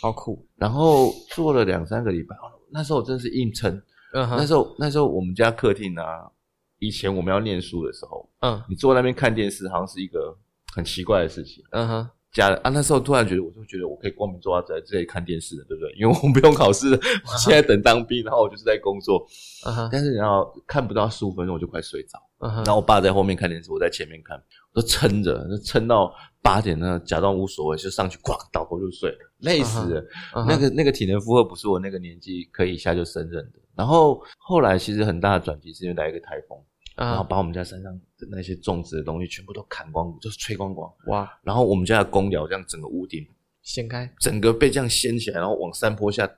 Speaker 2: 好酷。
Speaker 1: 然后做了两三个礼拜，哦那时候我真是硬撑。
Speaker 2: 嗯
Speaker 1: 那
Speaker 2: 哼，
Speaker 1: 时候那时候我们家客厅啊，以前我们要念书的时候，
Speaker 2: 嗯
Speaker 1: 你坐在那边看电视，好像是一个很奇怪的事情。
Speaker 2: 嗯哼，
Speaker 1: 家人啊，那时候突然觉得，我就觉得我可以光明正大在这里看电视了，对不对？因为我们不用考试了， 我现在等当兵，然后我就是在工作。
Speaker 2: 嗯哼，
Speaker 1: 但是然后看不到十五分钟，我就快睡着。
Speaker 2: 嗯哼
Speaker 1: 然，后我爸在后面看电视，我在前面看，我都撑着，就撑到八点呢，假装无所谓，就上去哐倒头就睡了，累死了。
Speaker 2: 嗯哼
Speaker 1: 那个那个体能负荷不是我那个年纪可以一下就胜任的。然后后来其实很大的转机是因为来一个台风，然后
Speaker 2: 啊，
Speaker 1: 把我们家山上的那些种植的东西全部都砍光，就是吹光光。
Speaker 2: 哇，
Speaker 1: 然后我们家的公寮这样整个屋顶，
Speaker 2: 掀开，
Speaker 1: 整个被这样掀起来，然后往山坡下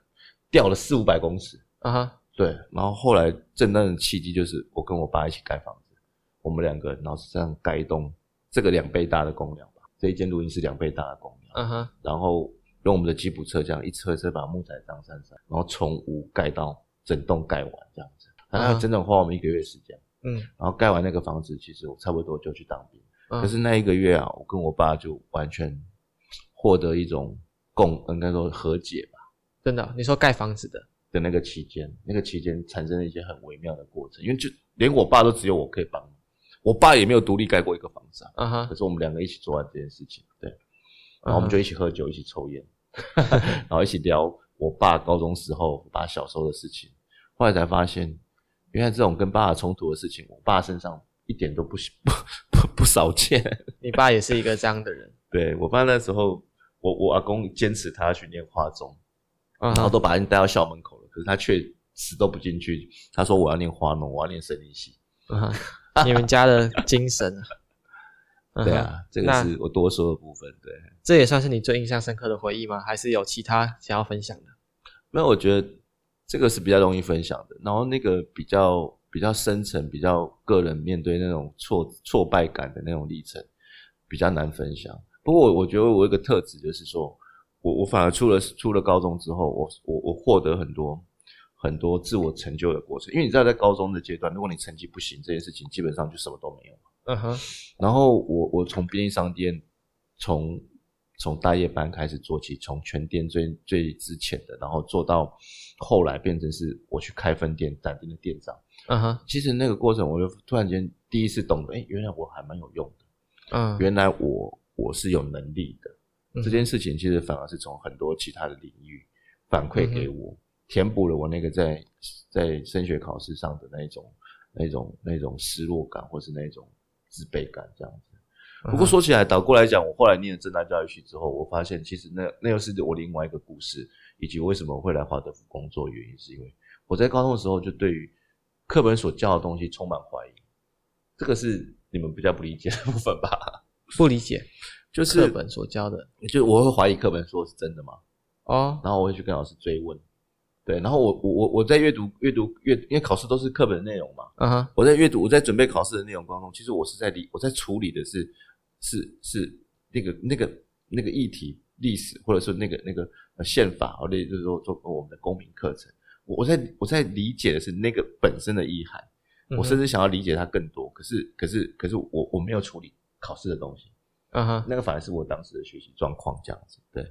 Speaker 1: 掉了四五百公尺。
Speaker 2: 嗯哼，
Speaker 1: 对，然后后来正当的契机就是我跟我爸一起盖房子，我们两个人然后这样盖一栋这个两倍大的公寮吧，这一间录音室两倍大的公寮，
Speaker 2: 嗯哼，
Speaker 1: 然后用我们的吉普车这样一车一车把木材当山山，然后从无盖到整栋盖完这样子，然
Speaker 2: 啊
Speaker 1: 后整整花我们一个月时间。
Speaker 2: 嗯
Speaker 1: 然后盖完那个房子，其实我差不多就去当兵。
Speaker 2: 嗯，
Speaker 1: 可是那一个月啊，我跟我爸就完全获得一种共，应该说和解吧
Speaker 2: 真的，哦你说盖房子的，
Speaker 1: 的那个期间，那个期间产生了一些很微妙的过程，因为就连我爸都只有我可以帮，我爸也没有独立盖过一个房子啊。
Speaker 2: 嗯
Speaker 1: 可
Speaker 2: 哼，
Speaker 1: 是我们两个一起做完这件事情，对，
Speaker 2: 嗯
Speaker 1: 然后我们就一起喝酒，一起抽烟， 然后一起聊我爸高中时候、我爸小时候的事情。后来才发现，原来这种跟爸爸冲突的事情，我爸身上一点都不不不不少见。
Speaker 2: 你爸也是一个这样的人，
Speaker 1: 对我爸那时候，我我阿公坚持他要去念化中，
Speaker 2: 然
Speaker 1: 然
Speaker 2: 嗯
Speaker 1: 后都把人带到校门口了，可是他却死都不进去。他说我要念花农，我要念森林系。
Speaker 2: 嗯哼，你们家的精神啊，嗯哼
Speaker 1: 对，啊，这个
Speaker 2: 那
Speaker 1: 是我多说的部分。对，
Speaker 2: 这也算是你最印象深刻的回忆吗？还是有其他想要分享的？
Speaker 1: 没有，我觉得这个是比较容易分享的。然后那个比较比较深层、比较个人面对那种挫挫败感的那种历程，比较难分享。不过我我觉得我有一个特质就是说，我我反而出了出了高中之后，我我我获得很多很多自我成就的过程。因为你知道，在高中的阶段，如果你成绩不行，这件事情基本上就什么都没有。
Speaker 2: 嗯哼，
Speaker 1: 然后我我从便利商店从从大夜班开始做起，从全店最最之前的，然后做到后来变成是我去开分店，展店的店长。
Speaker 2: 嗯哼，
Speaker 1: 其实那个过程，我就突然间第一次懂得，哎，原来我还蛮有用的，
Speaker 2: 嗯，
Speaker 1: 原来我我是有能力的。
Speaker 2: 嗯
Speaker 1: 这件事情其实反而是从很多其他的领域反馈给我，填补了我那个在在升学考试上的那一种、那一种、那一种失落感，或是那一种自卑感这样子。不
Speaker 2: 嗯
Speaker 1: 过说起来，倒过来讲，我后来念了正大教育系之后，我发现其实那那又是我另外一个故事，以及为什么会来华德福工作，原因是因为我在高中的时候就对于课本所教的东西充满怀疑，这个是你们比较不理解的部分吧？
Speaker 2: 不理解
Speaker 1: 就是
Speaker 2: 课本所教的
Speaker 1: 就是我会怀疑课本说的是真的吗？
Speaker 2: 哦，
Speaker 1: 然后我会去跟老师追问，对，然后我我我我在阅读阅读阅，因为考试都是课本的内容嘛，
Speaker 2: 嗯哼，
Speaker 1: 我在阅读我在准备考试的内容当中，其实我是在理我在处理的是是是那个那个那个议题历史，或者说那个那个呃宪法，或者就是说做我们的公民课程，我我在我在理解的是那个本身的意涵，
Speaker 2: 嗯哼
Speaker 1: 我甚至想要理解它更多，可是可是可是我我没有处理考试的东西，
Speaker 2: 嗯哼，
Speaker 1: 那个反而是我当时的学习状况这样子，对。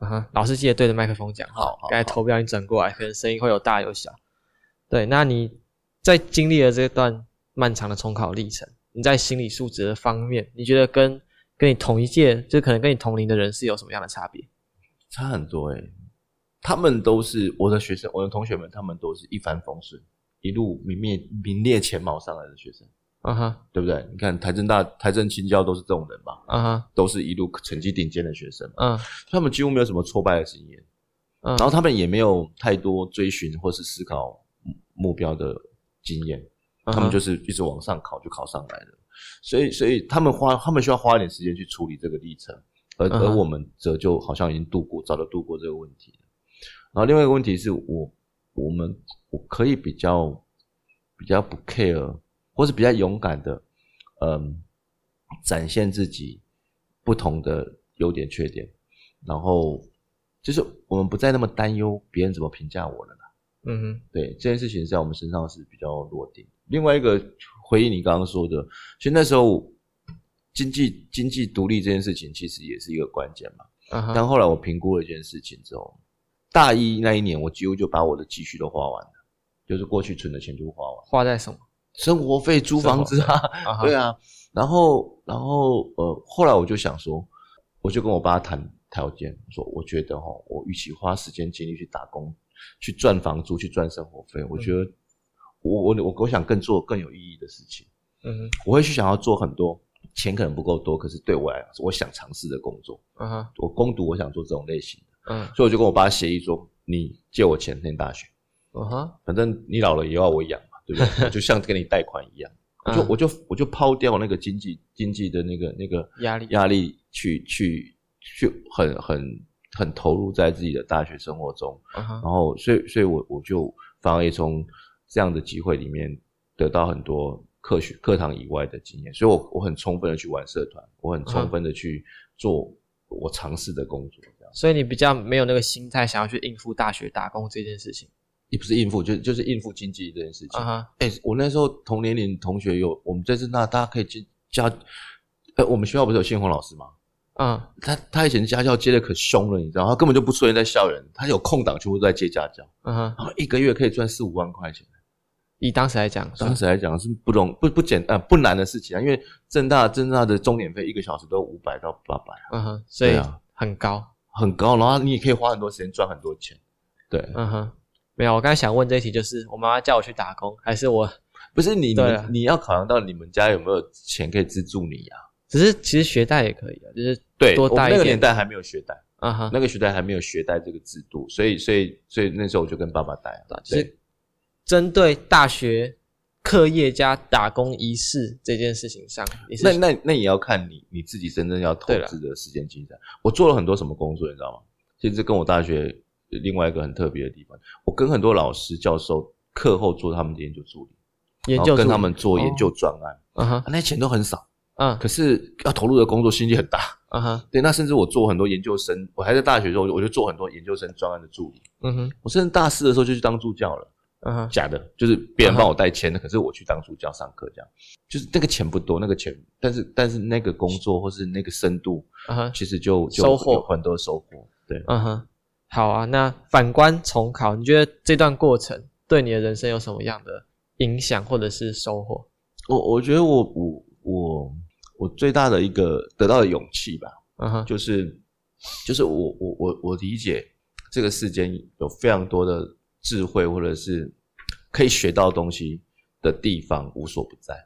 Speaker 2: 嗯哼，老师记得对着麦克风讲话
Speaker 1: 好好，
Speaker 2: 刚才头不小心转过来，可能声音会有大有小。对，那你在经历了这段漫长的重考历程，你在心理素质的方面，你觉得跟跟你同一届，就可能跟你同龄的人是有什么样的差别？
Speaker 1: 差很多哎、他们都是我的学生，我的同学们，他们都是一帆风顺，一路名列名列前茅上来的学生，
Speaker 2: 嗯哼，
Speaker 1: 对不对？你看台政大、台政青教都是这种人吧，
Speaker 2: 嗯哼，
Speaker 1: 都是一路成绩顶尖的学生嘛，
Speaker 2: 嗯
Speaker 1: 他们几乎没有什么挫败的经验，
Speaker 2: 嗯，
Speaker 1: 然后他们也没有太多追寻或是思考目标的经验，
Speaker 2: 嗯
Speaker 1: 他们就是是一直往上考就考上来了，所以所以他们花他们需要花一点时间去处理这个历程，而
Speaker 2: 嗯哼
Speaker 1: 而我们则就好像已经度过，早就度过这个问题了。然后另外一个问题是我我们我可以比较比较不 care，或是比较勇敢的，嗯，展现自己不同的优点缺点，然后就是我们不再那么担忧别人怎么评价我了。
Speaker 2: 嗯哼，
Speaker 1: 对这件事情在我们身上是比较落地。另外一个回应你刚刚说的，其实那时候经济经济独立这件事情其实也是一个关键嘛。
Speaker 2: 嗯哼，
Speaker 1: 但后来我评估了一件事情之后，大一那一年我几乎就把我的积蓄都花完了，就是过去存的钱就花完，
Speaker 2: 花在什么？
Speaker 1: 生活费、租房子啊，
Speaker 2: 啊哈
Speaker 1: 对啊。然后然后呃，后来我就想说，我就跟我爸谈条件，说我觉得哈，我与其花时间精力去打工、去赚房租、去赚生活费，我觉得我我我我想更做更有意义的事情，
Speaker 2: 嗯
Speaker 1: 我会去想要做很多钱可能不够多，可是对我来说，我想尝试的工作，
Speaker 2: 哼，嗯哼，
Speaker 1: 我攻读我想做这种类型的，
Speaker 2: 嗯
Speaker 1: 所以我就跟我爸协议说，你借我钱念大学，
Speaker 2: 嗯哼，
Speaker 1: 反正你老了也要我养嘛，对不对？我就像跟你贷款一样。我就
Speaker 2: 嗯
Speaker 1: 我就我就抛掉那个经济经济的那个那个
Speaker 2: 压力
Speaker 1: 压力去去去很很很投入在自己的大学生活中，
Speaker 2: 嗯
Speaker 1: 然
Speaker 2: 哼，
Speaker 1: 后所以所以我我就反而也从这样的机会里面得到很多课学课堂以外的经验，所以我我很充分的去玩社团，我
Speaker 2: 嗯
Speaker 1: 很充分的去做我尝试的工作，这样
Speaker 2: 所以你比较没有那个心态，想要去应付大学打工这件事情。
Speaker 1: 也不是应付，就就是应付经济这件事情
Speaker 2: 嗯。哼，
Speaker 1: 哎、我那时候同年龄同学有，我们在正大，大家可以进加，呃，我们学校不是有宪宏老师吗？
Speaker 2: 嗯
Speaker 1: 他他以前家教接的可凶了，你知道，他根本就不出现在校园，他有空档全部都在接家教，
Speaker 2: 嗯哼，
Speaker 1: 然后一个月可以赚四五万块钱。
Speaker 2: 以当时来讲，
Speaker 1: 当时来讲是不容不不简单、不难的事情啊，因为正大正大的钟点费一个小时都五百到八百，
Speaker 2: 嗯哼，所以
Speaker 1: 对啊
Speaker 2: 很高。
Speaker 1: 很高，然后你也可以花很多时间赚很多钱。对，
Speaker 2: 嗯哼，没有，我刚才想问这一题，就是我妈妈叫我去打工，还是我？
Speaker 1: 不是你你
Speaker 2: 对啊
Speaker 1: 你要考量到你们家有没有钱可以资助你啊？
Speaker 2: 只是其实学贷也可以啊，就是
Speaker 1: 对，
Speaker 2: 多
Speaker 1: 我们
Speaker 2: 贷
Speaker 1: 那
Speaker 2: 一
Speaker 1: 个年
Speaker 2: 点。
Speaker 1: 代还没有学贷，
Speaker 2: 嗯哼，
Speaker 1: 那个学贷还没有学贷这个制度，所以所以所以那时候我就跟爸爸贷啊，
Speaker 2: 就
Speaker 1: 对
Speaker 2: 是针对大学课业加打工仪式这件事情上，你是
Speaker 1: 那那那也要看你你自己真正要投
Speaker 2: 对啦
Speaker 1: 资的时间精神。我做了很多什么工作，你知道吗？其实这跟我大学另外一个很特别的地方，我跟很多老师教授课后做他们的研究助理，
Speaker 2: 研
Speaker 1: 然
Speaker 2: 究
Speaker 1: 后跟
Speaker 2: 助
Speaker 1: 他
Speaker 2: 理哦
Speaker 1: 们做研究专案，
Speaker 2: 嗯哼
Speaker 1: 啊那钱都很少，
Speaker 2: 嗯
Speaker 1: 可是要投入的工作心力很大。
Speaker 2: 嗯哼
Speaker 1: 对，那甚至我做很多研究生，我还在大学的时候我就我就做很多研究生专案的助理，
Speaker 2: 嗯哼
Speaker 1: 我甚至大四的时候就去当助教了。
Speaker 2: 嗯哼，
Speaker 1: 假的，就是别人
Speaker 2: 嗯哼
Speaker 1: 帮我代签的，可是我去当助教上课这样，就是那个钱不多，那个钱，但是但是那个工作或是那个深度，
Speaker 2: 嗯哼，
Speaker 1: 其实就就
Speaker 2: 收获
Speaker 1: 有很多收获。对，
Speaker 2: 嗯哼，好啊。那反观重考，你觉得这段过程对你的人生有什么样的影响或者是收获？
Speaker 1: 我我觉得我我我我最大的一个得到的勇气吧，
Speaker 2: 嗯哼，
Speaker 1: 就是就是我我我我理解这个世间有非常多的智慧或者是可以学到东西的地方无所不在。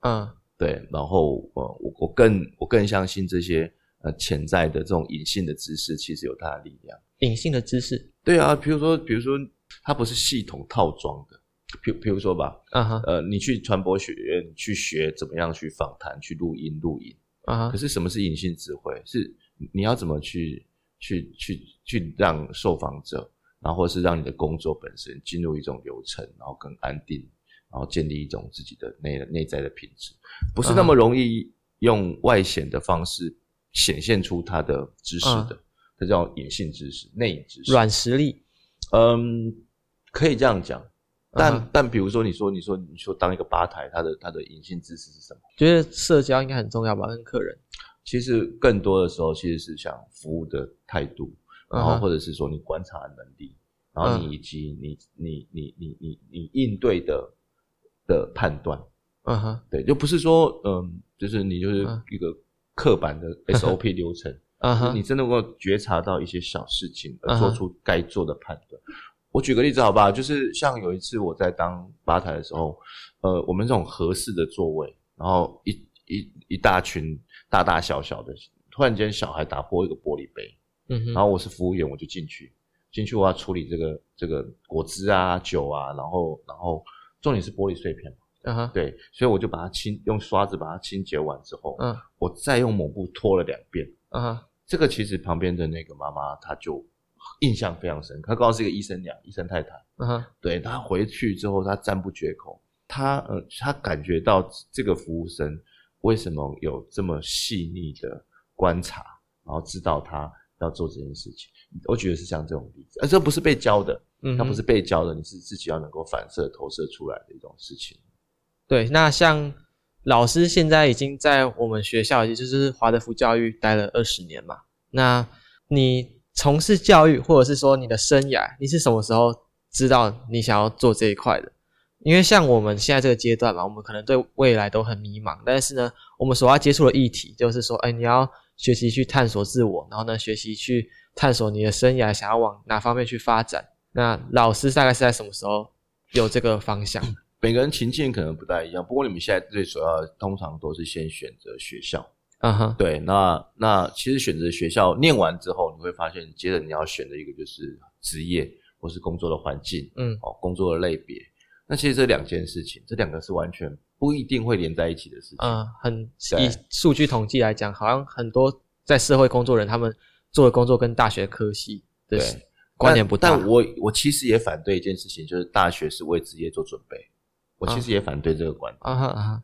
Speaker 2: 嗯
Speaker 1: 对，然后呃，我我更我更相信这些呃潜在的这种隐性的知识，其实有它的力量。
Speaker 2: 隐性的知识。
Speaker 1: 对啊，比如说比如说它不是系统套装的，比比如说吧，
Speaker 2: 嗯哼，
Speaker 1: 呃，你去传播学院去学怎么样去访谈、去录音、录影，
Speaker 2: 嗯
Speaker 1: 可
Speaker 2: 哼，
Speaker 1: 是什么是隐性智慧？是你要怎么去去去去让受访者，然后或是让你的工作本身进入一种流程，然后更安定，然后建立一种自己的内内在的品质，不是那么容易用外显的方式显现出他的知识的，这叫隐性知识、内隐知识。
Speaker 2: 嗯软实力。
Speaker 1: 嗯，可以这样讲。但、
Speaker 2: 嗯哼
Speaker 1: 但比如说，你说你说你说当一个吧台，他的他的隐性知识是什么？
Speaker 2: 觉得社交应该很重要吧，跟客人。
Speaker 1: 其实更多的时候其实是想服务的态度，然后
Speaker 2: 嗯哼嗯
Speaker 1: 或者是说你观察的能力，然后你以及你你你你你你应对的的判断，
Speaker 2: 嗯哼，
Speaker 1: 对，就不是说嗯，就是你就是
Speaker 2: 嗯
Speaker 1: 一个刻板的 SOP 流程，
Speaker 2: 嗯
Speaker 1: 就是你
Speaker 2: 哼，
Speaker 1: 真的能够觉察到一些小事情，
Speaker 2: 嗯
Speaker 1: 而
Speaker 2: 哼
Speaker 1: 做出该做的判断。我举个例子好吧，就是像有一次我在当吧台的时候，呃，我们这种合适的座位，然后一一一大群大大小小的，突然间小孩打破一个玻璃杯，
Speaker 2: 嗯哼，
Speaker 1: 然后我是服务员，我就进去，进去我要处理这个这个果汁啊、酒啊，然后然后重点是玻璃碎片嘛，
Speaker 2: 嗯哼，
Speaker 1: 对，所以我就把它清用刷子把它清洁完之后，
Speaker 2: 嗯
Speaker 1: 我再用抹布拖了两遍。
Speaker 2: 嗯哼，
Speaker 1: 这个其实旁边的那个妈妈，她就印象非常深刻。她刚好是一个医生娘，医生太太。
Speaker 2: 嗯哼，
Speaker 1: 对她回去之后，她赞不绝口。她呃，她感觉到这个服务生为什么有这么细腻的观察，然后知道她要做这件事情。我觉得是像这种例子，而、呃这不是被教的，
Speaker 2: 嗯
Speaker 1: 它
Speaker 2: 哼
Speaker 1: 不是被教的，你是自己要能够反射投射出来的一种事情。
Speaker 2: 对。那像老师现在已经在我们学校，也就是华德福教育待了二十年嘛。那你从事教育，或者是说你的生涯，你是什么时候知道你想要做这一块的？因为像我们现在这个阶段嘛，我们可能对未来都很迷茫，但是呢，我们所要接触的议题就是说，哎，你要学习去探索自我，然后呢，学习去探索你的生涯想要往哪方面去发展。那老师大概是在什么时候有这个方向？
Speaker 1: 每个人情境可能不太一样，不过你们现在最主要的通常都是先选择学校。
Speaker 2: 嗯哼，
Speaker 1: 对，那那其实选择学校念完之后，你会发现，接着你要选的一个就是职业或是工作的环境，
Speaker 2: 嗯
Speaker 1: 哦，工作的类别。那其实这两件事情，这两个是完全不一定会连在一起的事情。
Speaker 2: 嗯，很
Speaker 1: 对
Speaker 2: 以数据统计来讲，好像很多在社会工作人他们做的工作跟大学科系的
Speaker 1: 对
Speaker 2: 关联不啊大。
Speaker 1: 但但我我其实也反对一件事情，就是大学是为职业做准备。我
Speaker 2: 嗯
Speaker 1: 其实也反对这个观点。
Speaker 2: 啊哈啊哈，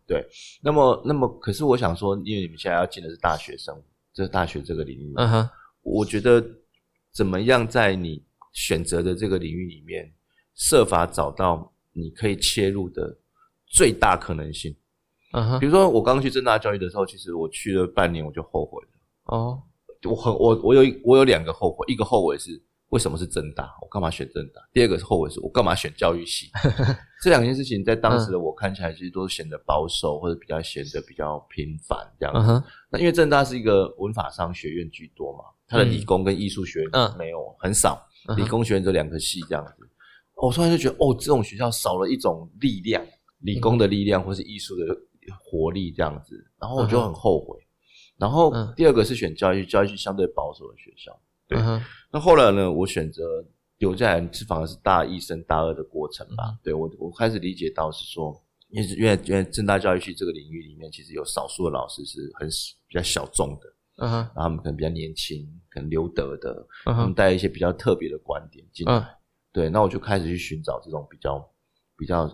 Speaker 1: 那么，那么，可是我想说，因为你们现在要进的是大学生，这大学这个领域，
Speaker 2: 嗯哼，
Speaker 1: 我觉得怎么样在你选择的这个领域里面，设法找到你可以切入的最大可能性。
Speaker 2: 嗯
Speaker 1: 比
Speaker 2: 哼，
Speaker 1: 如说，我刚去正大教育的时候，其实我去了半年，我就后悔了。
Speaker 2: 哦，
Speaker 1: 我很我我有一我有两个后悔，一个后悔是为什么是正大，我干嘛选正大？第二个是后悔是我干嘛选教育 系？这两件事情在当时
Speaker 2: 嗯
Speaker 1: 的我看起来，其实都显得保守或者比较显得比较平凡这样子
Speaker 2: 嗯。哼，
Speaker 1: 那因为正大是一个文法商学院居多嘛，它的理工跟艺术学院
Speaker 2: 嗯
Speaker 1: 没有、很少，
Speaker 2: 嗯哼
Speaker 1: 理工学院只有两个系这样子。我突然就觉得，哦，这种学校少了一种力量，理工的力量或是艺术的活力这样子，然后我就很后悔。然后
Speaker 2: 嗯
Speaker 1: 第二个是选教育，教育系相对保守的学校。对
Speaker 2: 嗯哼，
Speaker 1: 那后来呢，我选择留下来，是反而是大一升大二的过程吧。
Speaker 2: 嗯
Speaker 1: 对我，我开始理解到是说，因为因为因为正大教育系这个领域里面，其实有少数的老师是很比较小众的，
Speaker 2: 嗯哼，
Speaker 1: 然后他们可能比较年轻，可能留德的，他
Speaker 2: 嗯
Speaker 1: 们
Speaker 2: 哼，
Speaker 1: 带一些比较特别的观点进来。
Speaker 2: 嗯
Speaker 1: 对，那我就开始去寻找这种比较比较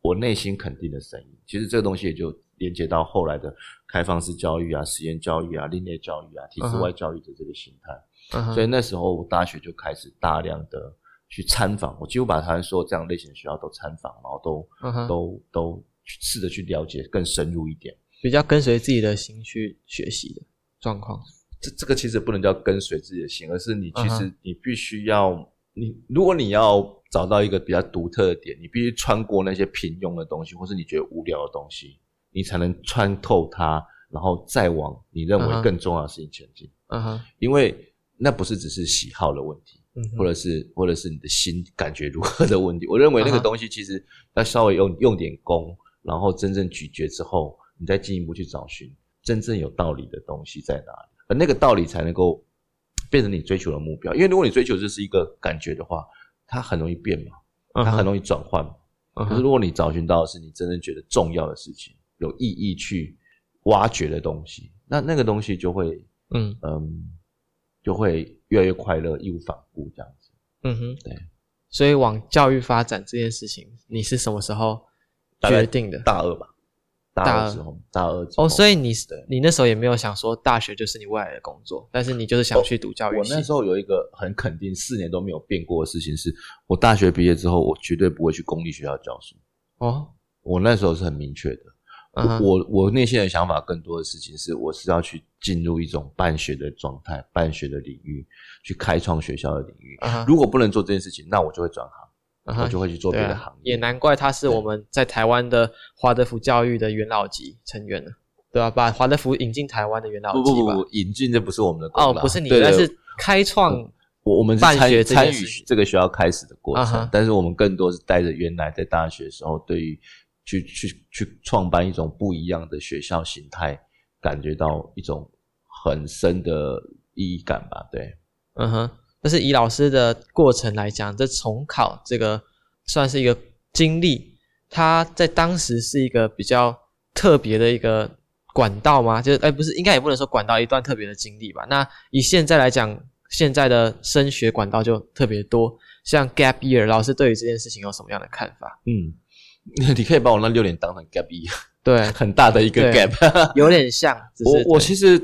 Speaker 1: 我内心肯定的声音。其实这个东西也就连接到后来的开放式教育啊、实验教育啊、另类教育啊、体制
Speaker 2: 嗯哼
Speaker 1: 外教育的这个形态。
Speaker 2: 嗯
Speaker 1: 所以
Speaker 2: 哼，
Speaker 1: 那时候我大学就开始大量的去参访，我几乎把台湾所有这样类型的学校都参访，然后都、
Speaker 2: 嗯哼
Speaker 1: 都都去试着去了解更深入一点。
Speaker 2: 比较跟随自己的心去学习的状况。
Speaker 1: 这这个其实不能叫跟随自己的心，而是你其
Speaker 2: 嗯
Speaker 1: 实你必须要、你，如果你要找到一个比较独特的点，你必须穿过那些平庸的东西，或是你觉得无聊的东西，你才能穿透它，然后再往你认
Speaker 2: 嗯哼
Speaker 1: 为更重要的事情前进。
Speaker 2: 嗯哼，
Speaker 1: 因为那不是只是喜好的问题，
Speaker 2: 嗯哼
Speaker 1: 或者是或者是你的心感觉如何的问题。我认为那
Speaker 2: 啊
Speaker 1: 个
Speaker 2: 哈
Speaker 1: 东西其实要稍微用用点功，然后真正咀嚼之后，你再进一步去找寻真正有道理的东西在哪里，而那个道理才能够变成你追求的目标。因为如果你追求就是一个感觉的话，它很容易变嘛，它
Speaker 2: 啊
Speaker 1: 很容易转换嘛。
Speaker 2: 嗯哼
Speaker 1: 可是如果你找寻到的是你真正觉得重要的事情，有意义去挖掘的东西，那那个东西就会
Speaker 2: 嗯
Speaker 1: 嗯，就会越来越快乐，义无反顾这样子。
Speaker 2: 嗯哼，
Speaker 1: 对。
Speaker 2: 所以往教育发展这件事情，你是什么时候
Speaker 1: 大概
Speaker 2: 决定的？
Speaker 1: 大二吧，
Speaker 2: 大
Speaker 1: 大
Speaker 2: 二
Speaker 1: 二之后，大二之后，
Speaker 2: 哦，所以你
Speaker 1: 对
Speaker 2: 你那时候也没有想说大学就是你未来的工作，但是你就是想去读教育
Speaker 1: 哦我
Speaker 2: 系。
Speaker 1: 那时候有一个很肯定，四年都没有变过的事情是，我大学毕业之后，我绝对不会去公立学校教书。
Speaker 2: 哦，
Speaker 1: 我那时候是很明确的。
Speaker 2: 嗯哼
Speaker 1: 我我内心的想法更多的事情是，我是要去进入一种办学的状态，办学的领域，去开创学校的领域。
Speaker 2: 啊哈
Speaker 1: 如果不能做这件事情，那我就会转行，
Speaker 2: 啊哈
Speaker 1: 我就会去做别
Speaker 2: 对
Speaker 1: 的
Speaker 2: 啊
Speaker 1: 行业。
Speaker 2: 也难怪他是我们在台湾的华德福教育的元老级成员了，对吧、把华德福引进台湾的元老级
Speaker 1: 不
Speaker 2: 吧。
Speaker 1: 不不不，引进这不是我们的功劳
Speaker 2: 哦，不是你，
Speaker 1: 对
Speaker 2: 但
Speaker 1: 对
Speaker 2: 是开创
Speaker 1: 我我们是
Speaker 2: 办
Speaker 1: 参
Speaker 2: 学
Speaker 1: 与
Speaker 2: 这件
Speaker 1: 参
Speaker 2: 事
Speaker 1: 与
Speaker 2: 情
Speaker 1: 这个学校开始的过程
Speaker 2: 啊哈
Speaker 1: 但是我们更多是带着原来在大学的时候对于去去去创办一种不一样的学校形态，感觉到一种很深的意义感吧。对，
Speaker 2: 嗯哼，但是以老师的过程来讲，这重考这个算是一个经历，它在当时是一个比较特别的一个管道吗？就是哎，不是，应该也不能说管道，一段特别的经历吧。那以现在来讲，现在的升学管道就特别多，像 gap year，老师对于这件事情有什么样的看法？
Speaker 1: 嗯， 你可以把我那六年当成 gap 一，，
Speaker 2: 对
Speaker 1: 很大的一个
Speaker 2: 对
Speaker 1: gap。
Speaker 2: 有点像，只是
Speaker 1: 我我
Speaker 2: 对
Speaker 1: 其实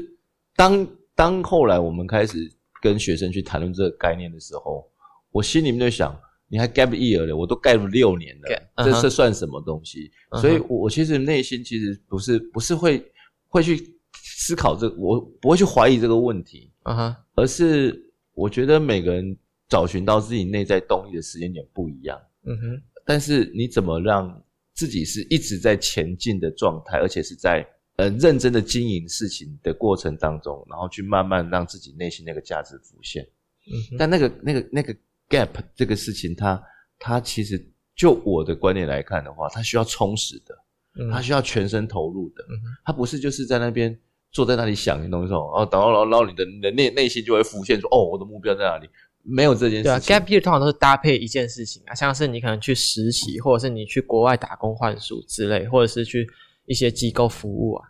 Speaker 1: 当当后来我们开始跟学生去谈论这个概念的时候，我心里面就想，你还 gap year 了，我都 gap 六年了
Speaker 2: Gap，嗯
Speaker 1: 这
Speaker 2: 哼
Speaker 1: 这算什么东西？
Speaker 2: 嗯哼
Speaker 1: 所以我，我其实内心其实不是不是会会去思考这个，我不会去怀疑这个问题，
Speaker 2: 嗯哼，
Speaker 1: 而是我觉得每个人找寻到自己内在动力的时间点不一样。
Speaker 2: 嗯哼，
Speaker 1: 但是你怎么让自己是一直在前进的状态，而且是在呃认真的经营事情的过程当中，然后去慢慢让自己内心那个价值浮现。
Speaker 2: 嗯哼，
Speaker 1: 但那个那个那个 gap 这个事情它，它其实就我的观点来看的话，它需要充实的，
Speaker 2: 嗯
Speaker 1: 它需要全身投入的
Speaker 2: 嗯哼，
Speaker 1: 它不是就是在那边。坐在那里想，你懂这种哦，然后然后然后你的你的内内心就会浮现说，哦，我的目标在哪里？没有这件事情。
Speaker 2: 对啊，gap year 通常都是搭配一件事情啊，像是你可能去实习，或者是你去国外打工换宿之类，或者是去一些机构服务啊。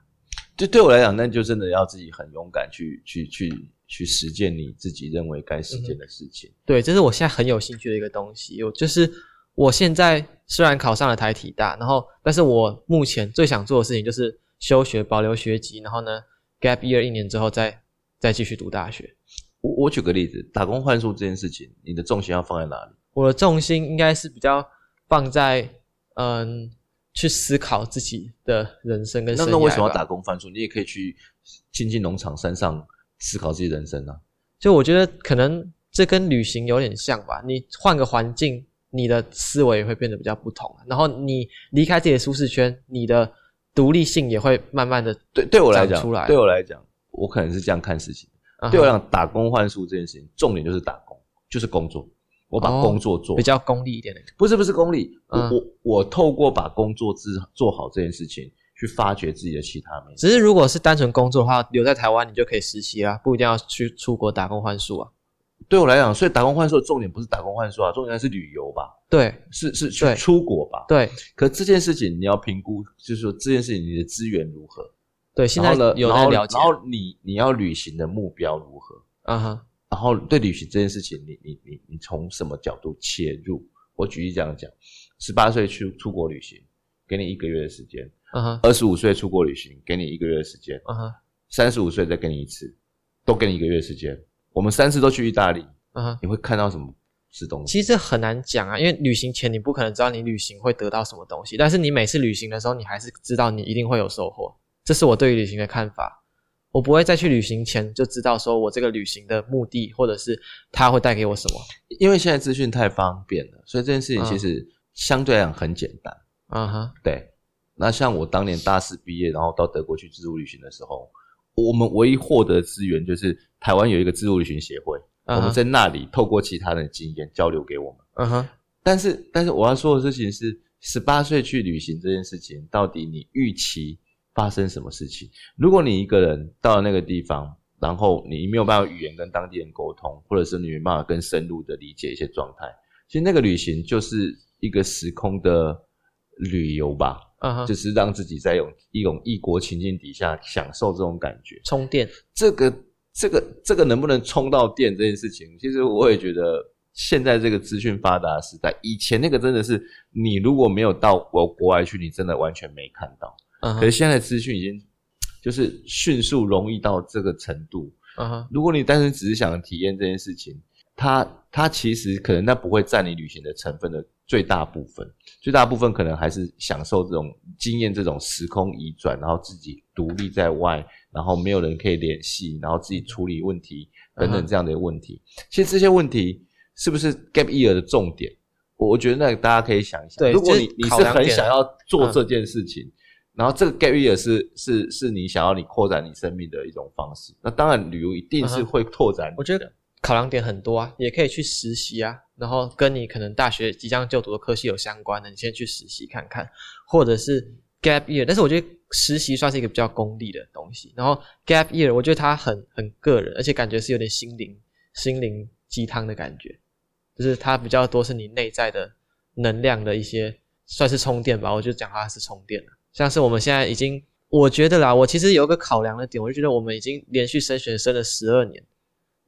Speaker 1: 就对我来讲，那就真的要自己很勇敢去去去去实践你自己认为该实践的事情。
Speaker 2: 对，这是我现在很有兴趣的一个东西。我就是我现在虽然考上了台体大，然后但是我目前最想做的事情就是休学保留学籍，然后呢 gap year 一年之后再再继续读大学。
Speaker 1: 我我举个例子，打工换宿这件事情，你的重心要放在哪里？
Speaker 2: 我的重心应该是比较放在嗯去思考自己的人生跟
Speaker 1: 那
Speaker 2: 生
Speaker 1: 那
Speaker 2: 涯
Speaker 1: 为什么
Speaker 2: 吧
Speaker 1: 要打工换宿？你也可以去亲近农场、山上思考自己人生啊。
Speaker 2: 就我觉得可能这跟旅行有点像吧，你换个环境，你的思维也会变得比较不同，然后你离开自己的舒适圈，你的独立性也会慢慢的，
Speaker 1: 对，对我来
Speaker 2: 讲
Speaker 1: 讲
Speaker 2: 出来，嗯
Speaker 1: 对我来讲，我可能是这样看事情。
Speaker 2: 呃
Speaker 1: 对我来讲，打工换宿这件事情，重点就是打工，就是工作。我把
Speaker 2: 哦
Speaker 1: 工作做、
Speaker 2: 比较功利一点的，
Speaker 1: 不是不是功利，
Speaker 2: 嗯
Speaker 1: 我我我透过把工作之做好这件事情，去发掘自己的其他魅力。
Speaker 2: 只是如果是单纯工作的话，留在台湾你就可以实习啊，不一定要去出国打工换宿啊。
Speaker 1: 对我来讲，所以打工换宿的重点不是打工换宿啊，重点是旅游吧，
Speaker 2: 对
Speaker 1: 是是
Speaker 2: 对
Speaker 1: 去出国吧。
Speaker 2: 对
Speaker 1: 可这件事情你要评估，就是说这件事情你的资源如何，
Speaker 2: 对，现在
Speaker 1: 然后呢，
Speaker 2: 有
Speaker 1: 然
Speaker 2: 在
Speaker 1: 后
Speaker 2: 了解
Speaker 1: 然后你你要旅行的目标如何，
Speaker 2: 啊哈，
Speaker 1: 然后对旅行这件事情，你你你你从什么角度切入？我举例这样讲：十八岁去出国旅行，给你一个月的时间；
Speaker 2: 啊哈，
Speaker 1: 二十五岁出国旅行，给你一个月的时间；
Speaker 2: 啊哈，
Speaker 1: 三十五岁再给你一次，都给你一个月的时间。我们三次都去意大利，
Speaker 2: 啊哈，
Speaker 1: 你会看到什么吃东西。
Speaker 2: 其实这很难讲啊，因为旅行前你不可能知道你旅行会得到什么东西，但是你每次旅行的时候，你还是知道你一定会有收获。这是我对于旅行的看法。我不会再去旅行前就知道说我这个旅行的目的，或者是它会带给我什么。
Speaker 1: 因为现在资讯太方便了，所以这件事情
Speaker 2: 嗯
Speaker 1: 其实相对来讲很简单。
Speaker 2: 啊哈，
Speaker 1: 对，那像我当年大四毕业，然后到德国去自助旅行的时候，我们唯一获得的资源就是台湾有一个自助旅行协会，
Speaker 2: 嗯哼
Speaker 1: 我们在那里透过其他人的经验交流给我们。
Speaker 2: 嗯哼，
Speaker 1: 但是，但是我要说的事情是，十八岁去旅行这件事情，到底你预期发生什么事情？如果你一个人到了那个地方，然后你没有办法语言跟当地人沟通，或者是你没办法更深入的理解一些状态，其实那个旅行就是一个时空的旅游吧，
Speaker 2: 嗯哼，
Speaker 1: 就是让自己在用一种异国情境底下享受这种感觉。
Speaker 2: 充电。
Speaker 1: 这个这个这个能不能充到电这件事情，其实我也觉得现在这个资讯发达的时代，以前那个真的是你如果没有到国国外去，你真的完全没看到。
Speaker 2: 嗯
Speaker 1: 可是
Speaker 2: 哼，
Speaker 1: 现在的资讯已经就是迅速容易到这个程度，
Speaker 2: 嗯哼，
Speaker 1: 如果你单纯只是想体验这件事情，它它其实可能那不会占你旅行的成分的最大部分，最大部分可能还是享受这种经验这种时空移转，然后自己独立在外，然后没有人可以联系，然后自己处理问题等
Speaker 2: 嗯
Speaker 1: 等
Speaker 2: 哼
Speaker 1: 这样的问题。
Speaker 2: 嗯
Speaker 1: 其实这些问题是不是 gap year 的重点？我我觉得那个大家可以想一想，
Speaker 2: 对
Speaker 1: 如果
Speaker 2: 就是
Speaker 1: 你你
Speaker 2: 考
Speaker 1: 是
Speaker 2: 量
Speaker 1: 很
Speaker 2: 点
Speaker 1: 想要做
Speaker 2: 嗯
Speaker 1: 这件事情，然后这个 gap year 是是是你想要你扩展你生命的一种方式。那当然，旅游一定是会拓展你的、
Speaker 2: 嗯我觉得考量点很多啊，也可以去实习啊，然后跟你可能大学即将就读的科系有相关的，你先去实习看看，或者是 gap year。但是我觉得实习算是一个比较功利的东西，然后 gap year 我觉得它很很个人，而且感觉是有点心灵心灵鸡汤的感觉，就是它比较多是你内在的能量的一些算是充电吧，我就讲它是充电了。像是我们现在已经，我觉得啦，我其实有个考量的点，我就觉得我们已经连续升学升了十二年，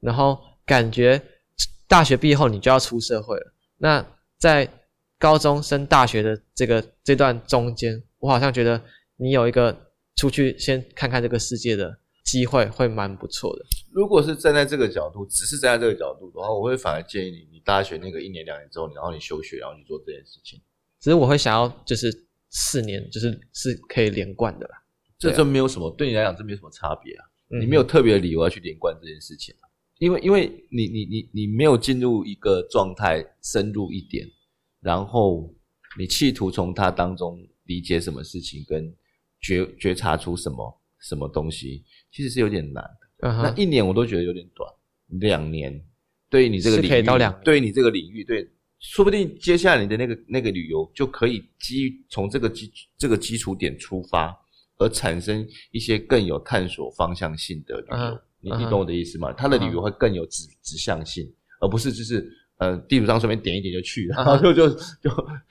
Speaker 2: 然后感觉大学毕业后你就要出社会了。那在高中升大学的这个这段中间，我好像觉得你有一个出去先看看这个世界的机会，会蛮不错的。
Speaker 1: 如果是站在这个角度，只是站在这个角度的话，我会反而建议你，你大学那个一年两年之后，然后你休学，然后去做这件事情，
Speaker 2: 只是我会想要就是四年，就是是可以连贯的啦。嗯
Speaker 1: 这
Speaker 2: 对啊
Speaker 1: 真没有什么，对你来讲这没有什么差别啊。你没
Speaker 2: 有
Speaker 1: 有特别的理由要去连贯这件事情啊、因为因为你你你你没有进入一个状态深入一点，然后你企图从它当中理解什么事情，跟觉觉察出什么什么东西，其实是有点难的。
Speaker 2: 嗯
Speaker 1: 那
Speaker 2: 哼，
Speaker 1: 一年我都觉得有点短，两年对于你这个
Speaker 2: 是
Speaker 1: 领域，
Speaker 2: 可以到两年
Speaker 1: 对于你这个领域，对，说不定接下来你的那个那个旅游就可以基于从这个基这个基础点出发，而产生一些更有探索方向性的旅游。
Speaker 2: 嗯哼
Speaker 1: 你
Speaker 2: 嗯哼嗯
Speaker 1: 你懂我的意思吗？它的旅游会更有指指向性，而不是就是呃地图上随便点一点就去，
Speaker 2: 嗯
Speaker 1: 然后就就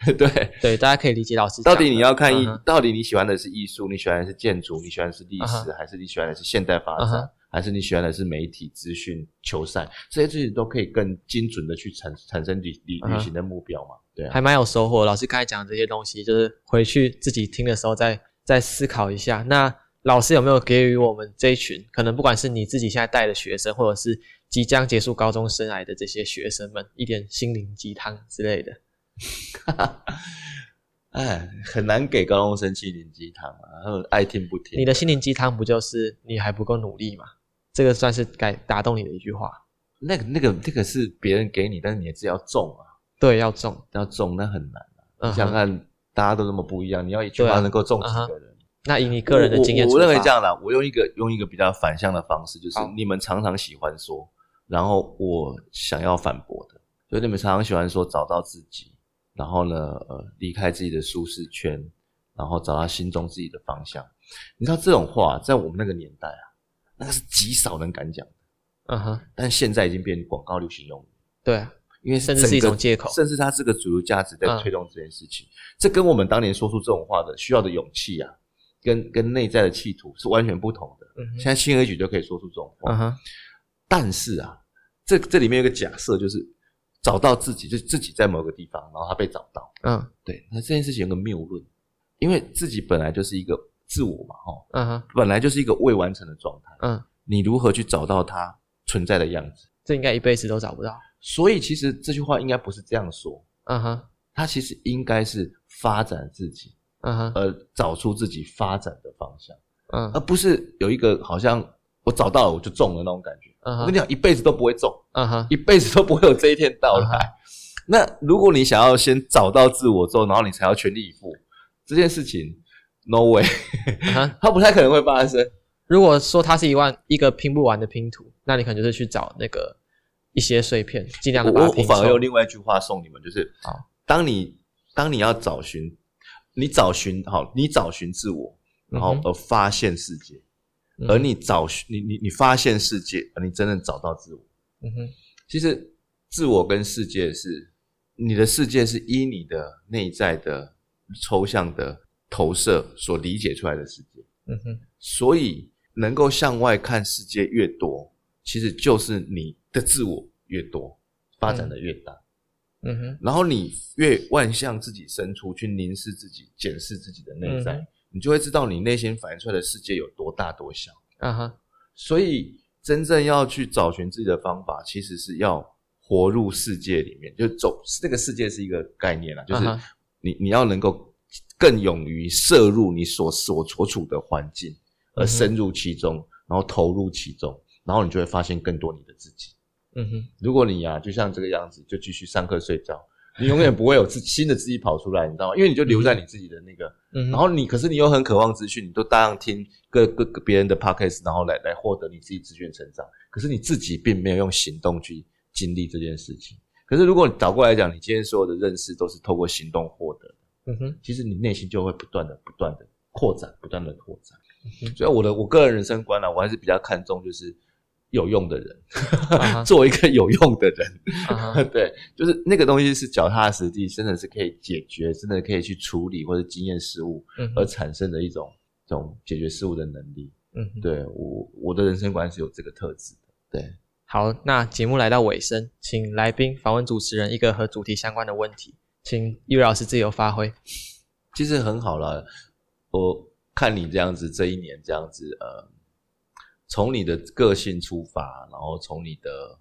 Speaker 1: 就对。
Speaker 2: 对，大家可以理解老师
Speaker 1: 到
Speaker 2: 讲
Speaker 1: 底你
Speaker 2: 的
Speaker 1: 要看艺
Speaker 2: 嗯哼，
Speaker 1: 到底你喜欢的是艺术，你喜欢的是建筑，你喜欢的是历
Speaker 2: 嗯
Speaker 1: 史，还是你喜欢的是现代发
Speaker 2: 嗯
Speaker 1: 展
Speaker 2: 哼，
Speaker 1: 还是你喜欢的是媒体资讯、球赛，这些事情都可以更精准的去产产生旅旅
Speaker 2: 嗯哼
Speaker 1: 旅行的目标嘛？对啊
Speaker 2: 还，蛮有收获。老师刚才讲的这些东西，就是回去自己听的时候再再思考一下。那老师有没有给予我们这一群可能不管是你自己现在带的学生，或者是即将结束高中生涯的这些学生们一点心灵鸡汤之类的？
Speaker 1: 哎，很难给高中生心灵鸡汤啊，他们爱听不听。
Speaker 2: 你的心灵鸡汤不就是你还不够努力吗？这个算是改打动你的一句话。
Speaker 1: 那个那个那个是别人给你，但是你也是要中啊，
Speaker 2: 对，要中。
Speaker 1: 要中那很难。
Speaker 2: 嗯
Speaker 1: 想想
Speaker 2: 哼，
Speaker 1: 看，大家都那么不一样，你要一句
Speaker 2: 对啊
Speaker 1: 话能够中
Speaker 2: 嗯
Speaker 1: 几个人？
Speaker 2: 那以你个人的经验
Speaker 1: 我
Speaker 2: 出
Speaker 1: 我，我
Speaker 2: 发，
Speaker 1: 认为这样啦，我用一个用一个比较反向的方式，就是
Speaker 2: 好
Speaker 1: 你们常常喜欢说，然后我想要反驳的，所以你们常常喜欢说找到自己，然后呢，呃，离开自己的舒适圈，然后找到心中自己的方向。你知道这种话在我们那个年代啊，那个是极少人敢讲，
Speaker 2: 嗯哼，
Speaker 1: 但现在已经变成广告流行用语。
Speaker 2: 对啊，
Speaker 1: 因为
Speaker 2: 甚至是一
Speaker 1: 整个
Speaker 2: 种借口
Speaker 1: 甚至它是个主流价值在
Speaker 2: 嗯
Speaker 1: 推动这件事情。这跟我们当年说出这种话的需要的勇气啊，跟跟内在的企图是完全不同的。
Speaker 2: 嗯
Speaker 1: 现
Speaker 2: 哼，
Speaker 1: 在轻而易举就可以说出这种话，
Speaker 2: 嗯哼，
Speaker 1: 但是啊，这这里面有个假设，就是找到自己，就自己在某个地方，然后他被找到。
Speaker 2: 嗯
Speaker 1: 对，那这件事情有个谬论，因为自己本来就是一个自我嘛，哈，
Speaker 2: 嗯哼，
Speaker 1: 本来就是一个未完成的状态。
Speaker 2: 嗯，
Speaker 1: 你如何去找到它存在的样子？
Speaker 2: 这应该一辈子都找不到。
Speaker 1: 所以其实这句话应该不是这样说，
Speaker 2: 嗯哼，
Speaker 1: 它其实应该是发展自己，
Speaker 2: 嗯哼，
Speaker 1: 而找出自己发展的方向，
Speaker 2: 嗯
Speaker 1: 而不是有一个好像我找到了我就中了那种感觉。
Speaker 2: 嗯
Speaker 1: 我跟
Speaker 2: 哼，
Speaker 1: 你讲，一辈子都不会中，
Speaker 2: 嗯哼，
Speaker 1: 一辈子都不会有这一天到来。
Speaker 2: 嗯
Speaker 1: 那如果你想要先找到自我之后，然后你才要全力以赴，这件事情，no way，
Speaker 2: 嗯哼。
Speaker 1: 它不太可能会发生。
Speaker 2: 如果说它是一万一个拼不完的拼图，那你可能就是去找那个一些碎片，尽量
Speaker 1: 我
Speaker 2: 的把它
Speaker 1: 我我
Speaker 2: 拼
Speaker 1: 反而
Speaker 2: 凑
Speaker 1: 有另外一句话送你们，就是
Speaker 2: 好
Speaker 1: 当你当你要找寻，你找寻好，你找寻自我，然后
Speaker 2: 嗯哼
Speaker 1: 而发现世界，
Speaker 2: 嗯
Speaker 1: 而你找寻你你你发现世界，而你真正找到自我。
Speaker 2: 嗯哼，
Speaker 1: 其实自我跟世界是你的世界是依你的内在的抽象的投射所理解出来的世界，
Speaker 2: 嗯哼，
Speaker 1: 所以能够向外看世界越多，其实就是你的自我越多，发展的越大。
Speaker 2: 嗯哼，
Speaker 1: 然后你越万向自己伸出去凝视自己、检视自己的内在，
Speaker 2: 嗯哼
Speaker 1: 你就会知道你内心反映出来的世界有多大多小。
Speaker 2: 啊哈，
Speaker 1: 所以，真正要去找寻自己的方法，其实是要活入世界里面，就走这个世界是一个概念啦，啊就是
Speaker 2: 嗯哼
Speaker 1: 你、你要能够更勇于摄入你所所所处的环境，而
Speaker 2: 嗯哼
Speaker 1: 深入其中，然后投入其中，然后你就会发现更多你的自己。
Speaker 2: 嗯哼，
Speaker 1: 如果你啊呀、就像这个样子，就继续上课睡觉，你永远不会有自新的自己跑出来，你知道吗？因为你就留在你自己的那个，
Speaker 2: 嗯哼，
Speaker 1: 然后你可是你又很渴望资讯，你都大量听各各各别人的 podcast，然后来来获得你自己资讯的成长，可是你自己并没有用行动去经历这件事情。可是如果你倒过来讲，你今天所有的认识都是透过行动获得的，
Speaker 2: 嗯 哼，
Speaker 1: 其实你内心就会不断的、不断的扩展、不断的扩展。
Speaker 2: 嗯哼
Speaker 1: 所以我的我个人人生观啊呢、我还是比较看重就是有用的人，
Speaker 2: 啊哈
Speaker 1: 做一个有用的人。
Speaker 2: 啊哈
Speaker 1: 对，就是那个东西是脚踏实地，真的是可以解决，真的可以去处理或者经验事物
Speaker 2: 嗯
Speaker 1: 而
Speaker 2: 哼，
Speaker 1: 产生的一种这种解决事物的能力。
Speaker 2: 嗯哼，
Speaker 1: 对我我的人生观是有这个特质的。对，
Speaker 2: 好，那节目来到尾声，请来宾访问主持人一个和主题相关的问题，请玉老师自由发挥。
Speaker 1: 其实很好了。我看你这样子，这一年这样子，呃，从你的个性出发，然后从你的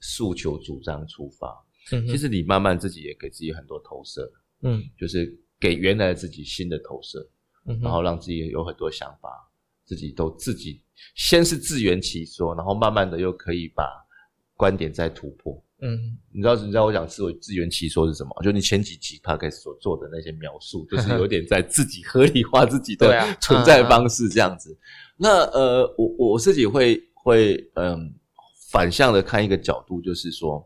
Speaker 1: 诉求主张出发，
Speaker 2: 嗯
Speaker 1: 其
Speaker 2: 哼，
Speaker 1: 实你慢慢自己也给自己很多投射，
Speaker 2: 嗯
Speaker 1: 就是给原来的自己新的投射。
Speaker 2: 嗯
Speaker 1: 然
Speaker 2: 哼，
Speaker 1: 后让自己有很多想法，自己都自己先是自圆其说，然后慢慢的又可以把观点再突破。
Speaker 2: 嗯
Speaker 1: 你知道，你知道我讲自我自圆其说是什么？就你前几集 p o d c a s 所做的那些描述，就是有点在自己合理化自己
Speaker 2: 对
Speaker 1: 的
Speaker 2: 啊
Speaker 1: 存在方式这样子。那呃，我我自己会会嗯、反向的看一个角度，就是说，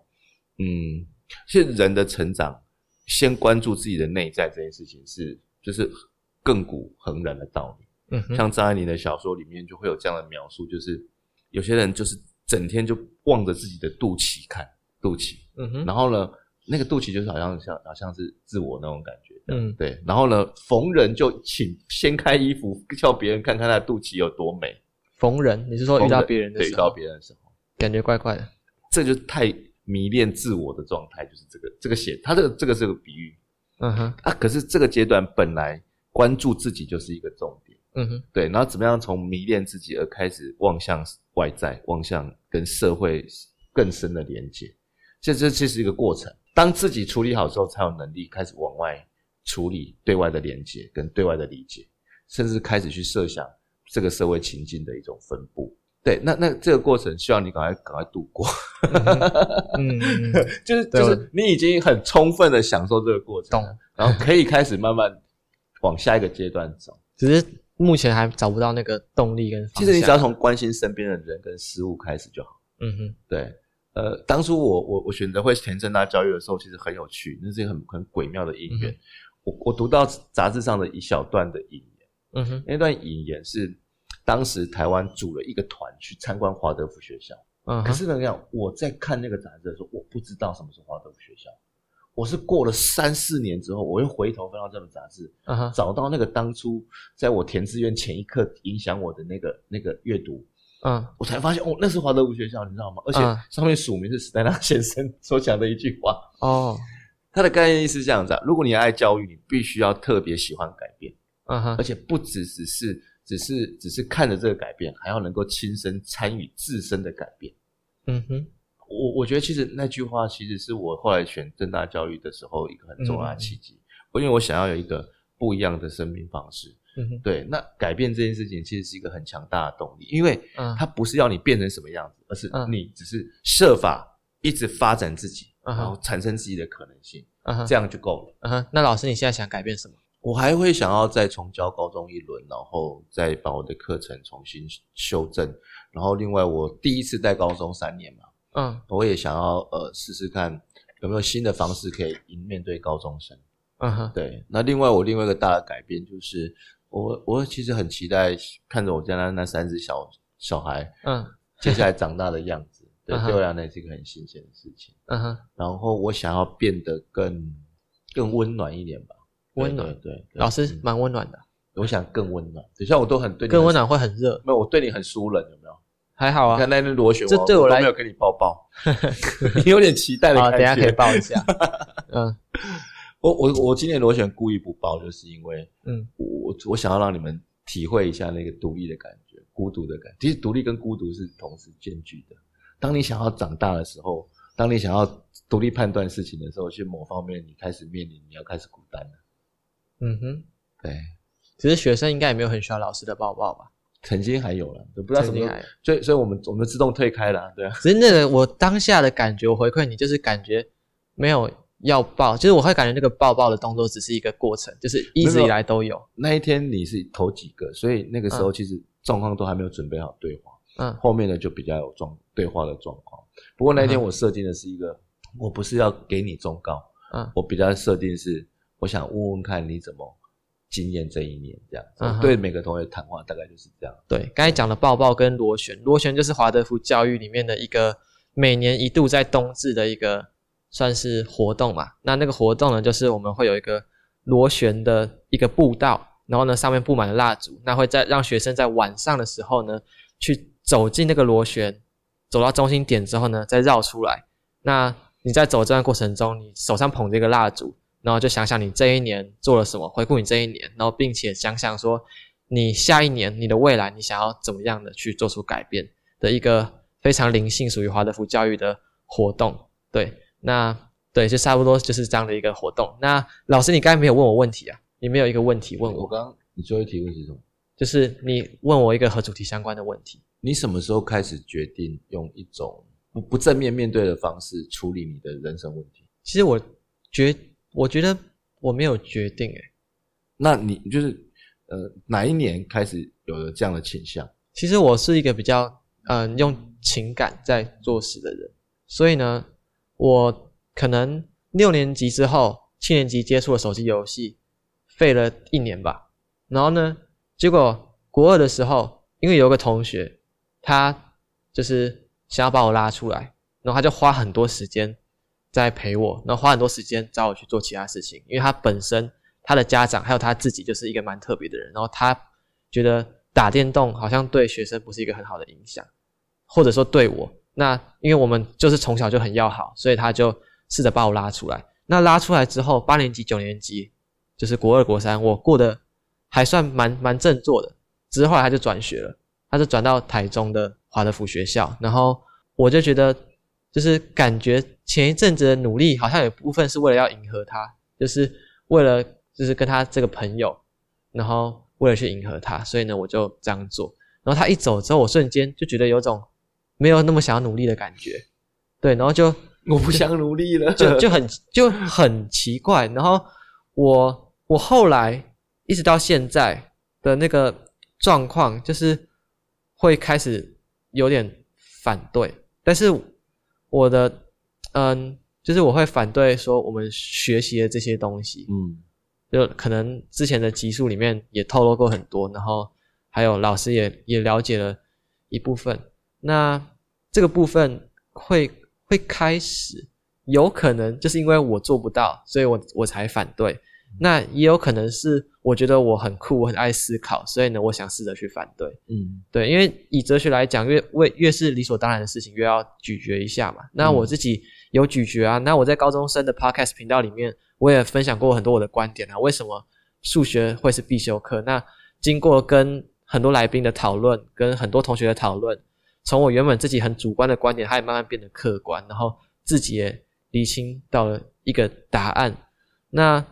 Speaker 1: 嗯，其实人的成长，先关注自己的内在这件事情是就是亘古恒然的道理。
Speaker 2: 嗯哼，
Speaker 1: 像张爱玲的小说里面就会有这样的描述，就是有些人就是整天就望着自己的肚脐看肚脐，
Speaker 2: 嗯哼，
Speaker 1: 然后呢，那个肚脐就是好像像好像是自我那种感觉，
Speaker 2: 嗯
Speaker 1: 对，然后呢，逢人就请掀开衣服，叫别人看看他的肚脐有多美。
Speaker 2: 逢人，你是说遇到别人的
Speaker 1: 对，遇
Speaker 2: 时
Speaker 1: 到
Speaker 2: 候，
Speaker 1: 别人的时候，
Speaker 2: 感觉怪怪的。
Speaker 1: 这就太迷恋自我的状态，就是这个这个写他这个这个是个比喻
Speaker 2: 嗯哼，
Speaker 1: 啊。可是这个阶段本来关注自己就是一个重点。
Speaker 2: 嗯哼，
Speaker 1: 对，然后怎么样从迷恋自己而开始望向外在，望向跟社会更深的连接？这这这是一个过程。当自己处理好之后，才有能力开始往外处理对外的连接跟对外的理解，甚至开始去设想这个社会情境的一种分布。对，那那这个过程，希望你赶快赶快度过，
Speaker 2: 嗯嗯，嗯
Speaker 1: 就是
Speaker 2: 对
Speaker 1: 就
Speaker 2: 我
Speaker 1: 是你已经很充分的享受这个过程了，
Speaker 2: 懂
Speaker 1: 然后可以开始慢慢往下一个阶段走。
Speaker 2: 只是目前还找不到那个动力跟方
Speaker 1: 其
Speaker 2: 向。
Speaker 1: 实你只要从关心身边的人跟事物开始就好。
Speaker 2: 嗯哼，
Speaker 1: 对，呃，当初我我我选择会填正大教育的时候，其实很有趣，那是一个很很诡妙的因缘。
Speaker 2: 嗯
Speaker 1: 我我读到杂志上的一小段的引言，
Speaker 2: 嗯哼，
Speaker 1: 那段引言是当时台湾组了一个团去参观华德福学校。
Speaker 2: 嗯
Speaker 1: 可
Speaker 2: 哼，
Speaker 1: 是呢，你看我在看那个杂志的时候，我不知道什么是华德福学校。我是过了三四年之后，我又回头翻到这本杂志，
Speaker 2: 嗯哼，
Speaker 1: 找到那个当初在我填志愿前一刻影响我的那个那个阅读，
Speaker 2: 嗯
Speaker 1: 我才发现哦，那是华德福学校，你知道吗？而且
Speaker 2: 嗯
Speaker 1: 上面署名是史丹纳先生 所讲的一句话，
Speaker 2: 哦，
Speaker 1: 他的概念意思是这样子、啊：如果你爱教育，你必须要特别喜欢改变，
Speaker 2: 嗯
Speaker 1: 而
Speaker 2: 哼，
Speaker 1: 且不只只是只是只是看着这个改变，还要能够亲身参与自身的改变。
Speaker 2: 嗯哼，
Speaker 1: 我我我觉得其实那句话其实是我后来选正大教育的时候一个很重要的契机，因为我想要有一个不一样的生命方式。
Speaker 2: 嗯哼
Speaker 1: 对，那改变这件事情其实是一个很强大的动力，因为
Speaker 2: 嗯
Speaker 1: 它不是要你变成什么样子，而是
Speaker 2: 嗯
Speaker 1: 你只是设法一直发展自己，
Speaker 2: 嗯
Speaker 1: 然
Speaker 2: 哼
Speaker 1: 后产生自己的可能性，
Speaker 2: 嗯哼
Speaker 1: 这样就够了。
Speaker 2: 嗯哼，那老师你现在想改变什么？
Speaker 1: 我还会想要再重教高中一轮，然后再把我的课程重新修正。然后另外，我第一次带高中三年嘛，
Speaker 2: 嗯
Speaker 1: 我也想要呃试试看有没有新的方式可以迎面对高中生。
Speaker 2: 嗯哼
Speaker 1: 对，那另外我另外一个大的改变就是，我我其实很期待看着我家那那三只小小孩
Speaker 2: 嗯
Speaker 1: 接下来长大的样 子。对
Speaker 2: 嗯，哼
Speaker 1: 对我来讲那也是一个很新鲜的事情。
Speaker 2: 嗯哼，
Speaker 1: 然后我想要变得更更温暖一点吧，对
Speaker 2: 温暖
Speaker 1: 对对对
Speaker 2: 老师
Speaker 1: 嗯
Speaker 2: 蛮温暖的，
Speaker 1: 我想更温暖。等一下我都很对你
Speaker 2: 更温
Speaker 1: 很，
Speaker 2: 暖会很热，
Speaker 1: 没有我对你很疏冷，有没有？
Speaker 2: 还好
Speaker 1: 你
Speaker 2: 啊。
Speaker 1: 看那那螺旋，
Speaker 2: 这对我
Speaker 1: 我都
Speaker 2: 来
Speaker 1: 没有跟你抱 抱， 你有点期待的
Speaker 2: 好，
Speaker 1: 感觉。
Speaker 2: 等一下可以抱 一下。嗯
Speaker 1: 我我我今年螺旋故意不抱，就是因为
Speaker 2: 嗯
Speaker 1: 我我我想要让你们体会一下那个独立的感觉，孤独的感觉。其实独立跟孤独是同时兼具的。当你想要长大的时候，当你想要独立判断事情的时候，其实某方面你开始面临你要开始孤单了。
Speaker 2: 嗯哼，
Speaker 1: 对，
Speaker 2: 只是学生应该也没有很需要老师的抱抱吧？
Speaker 1: 曾经还有了，就不知道什么时
Speaker 2: 曾经
Speaker 1: 候
Speaker 2: 还有，
Speaker 1: 所以所以我们我们自动退开了啊，对啊，
Speaker 2: 只是那个我当下的感觉，我回馈你就是感觉没有要抱，就是我会感觉那个抱抱的动作只是一个过程，就是一直以来都有。
Speaker 1: 那一天你是头几个，所以那个时候其实状况都还没有准备好对话，
Speaker 2: 嗯
Speaker 1: 后面的就比较有状对话的状况。不过那一天我设定的是一个，我不是要给你忠告，
Speaker 2: 嗯
Speaker 1: 我比较设定是我想问问看你怎么经验这一年这样子，
Speaker 2: 嗯哼
Speaker 1: 对每个同学谈话大概就是这样。
Speaker 2: 对，刚才讲的抱抱跟螺旋，螺旋就是华德福教育里面的一个每年一度在冬至的一个算是活动嘛。那那个活动呢，就是我们会有一个螺旋的一个步道，然后呢上面布满了蜡烛，那会在让学生在晚上的时候呢，去走进那个螺旋，走到中心点之后呢，再绕出来。那你在走这段过程中，你手上捧着一个蜡烛，然后就想想你这一年做了什么，回顾你这一年，然后并且想想说你下一年你的未来你想要怎么样的去做出改变的一个非常灵性属于华德福教育的活动。对，那对就差不多就是这样的一个活动。那老师，你刚才没有问我问题啊？你没有一个问题问
Speaker 1: 我
Speaker 2: 我，
Speaker 1: 刚刚你最后一题问题是什么？
Speaker 2: 就是你问我一个和主题相关的问题。
Speaker 1: 你什么时候开始决定用一种不不正面面对的方式处理你的人生问题？
Speaker 2: 其实我觉我觉得我没有决定欸诶，
Speaker 1: 那你就是呃哪一年开始有了这样的倾向？
Speaker 2: 其实我是一个比较嗯、呃用情感在做事的人，所以呢，我可能六年级之后，七年级接触了手机游戏，费了一年吧。然后呢，结果国二的时候，因为有个同学，他就是想要把我拉出来，然后他就花很多时间在陪我，然后花很多时间找我去做其他事情，因为他本身他的家长还有他自己就是一个蛮特别的人，然后他觉得打电动好像对学生不是一个很好的影响，或者说对我，那因为我们就是从小就很要好，所以他就试着把我拉出来。那拉出来之后，八年级、九年级就是国二、国三，我过得还算蛮蛮振作的。只是后来他就转学了，他就转到台中的华德福学校，然后我就觉得，就是感觉前一阵子的努力好像有部分是为了要迎合他，就是为了就是跟他这个朋友，然后为了去迎合他，所以呢我就这样做。然后他一走之后，我瞬间就觉得有种没有那么想要努力的感觉，对，然后就
Speaker 1: 我不想努力了，
Speaker 2: 就就很就很奇怪。然后我我后来一直到现在的那个状况，就是会开始有点反对，但是我的嗯，就是我会反对说我们学习的这些东西，
Speaker 1: 嗯，
Speaker 2: 就可能之前的集数里面也透露过很多，然后还有老师也也了解了一部分。那这个部分会会开始，有可能就是因为我做不到，所以我我才反对。那也有可能是我觉得我很酷，我很爱思考，所以呢，我想试着去反对。
Speaker 1: 嗯
Speaker 2: 对，因为以哲学来讲，越为越是理所当然的事情，越要咀嚼一下嘛。那我自己有咀嚼啊，那我在高中生的 podcast 频道里面，我也分享过很多我的观点啊，为什么数学会是必修课？那经过跟很多来宾的讨论，跟很多同学的讨论，从我原本自己很主观的观点，它也慢慢变得客观，然后自己也厘清到了一个答案。那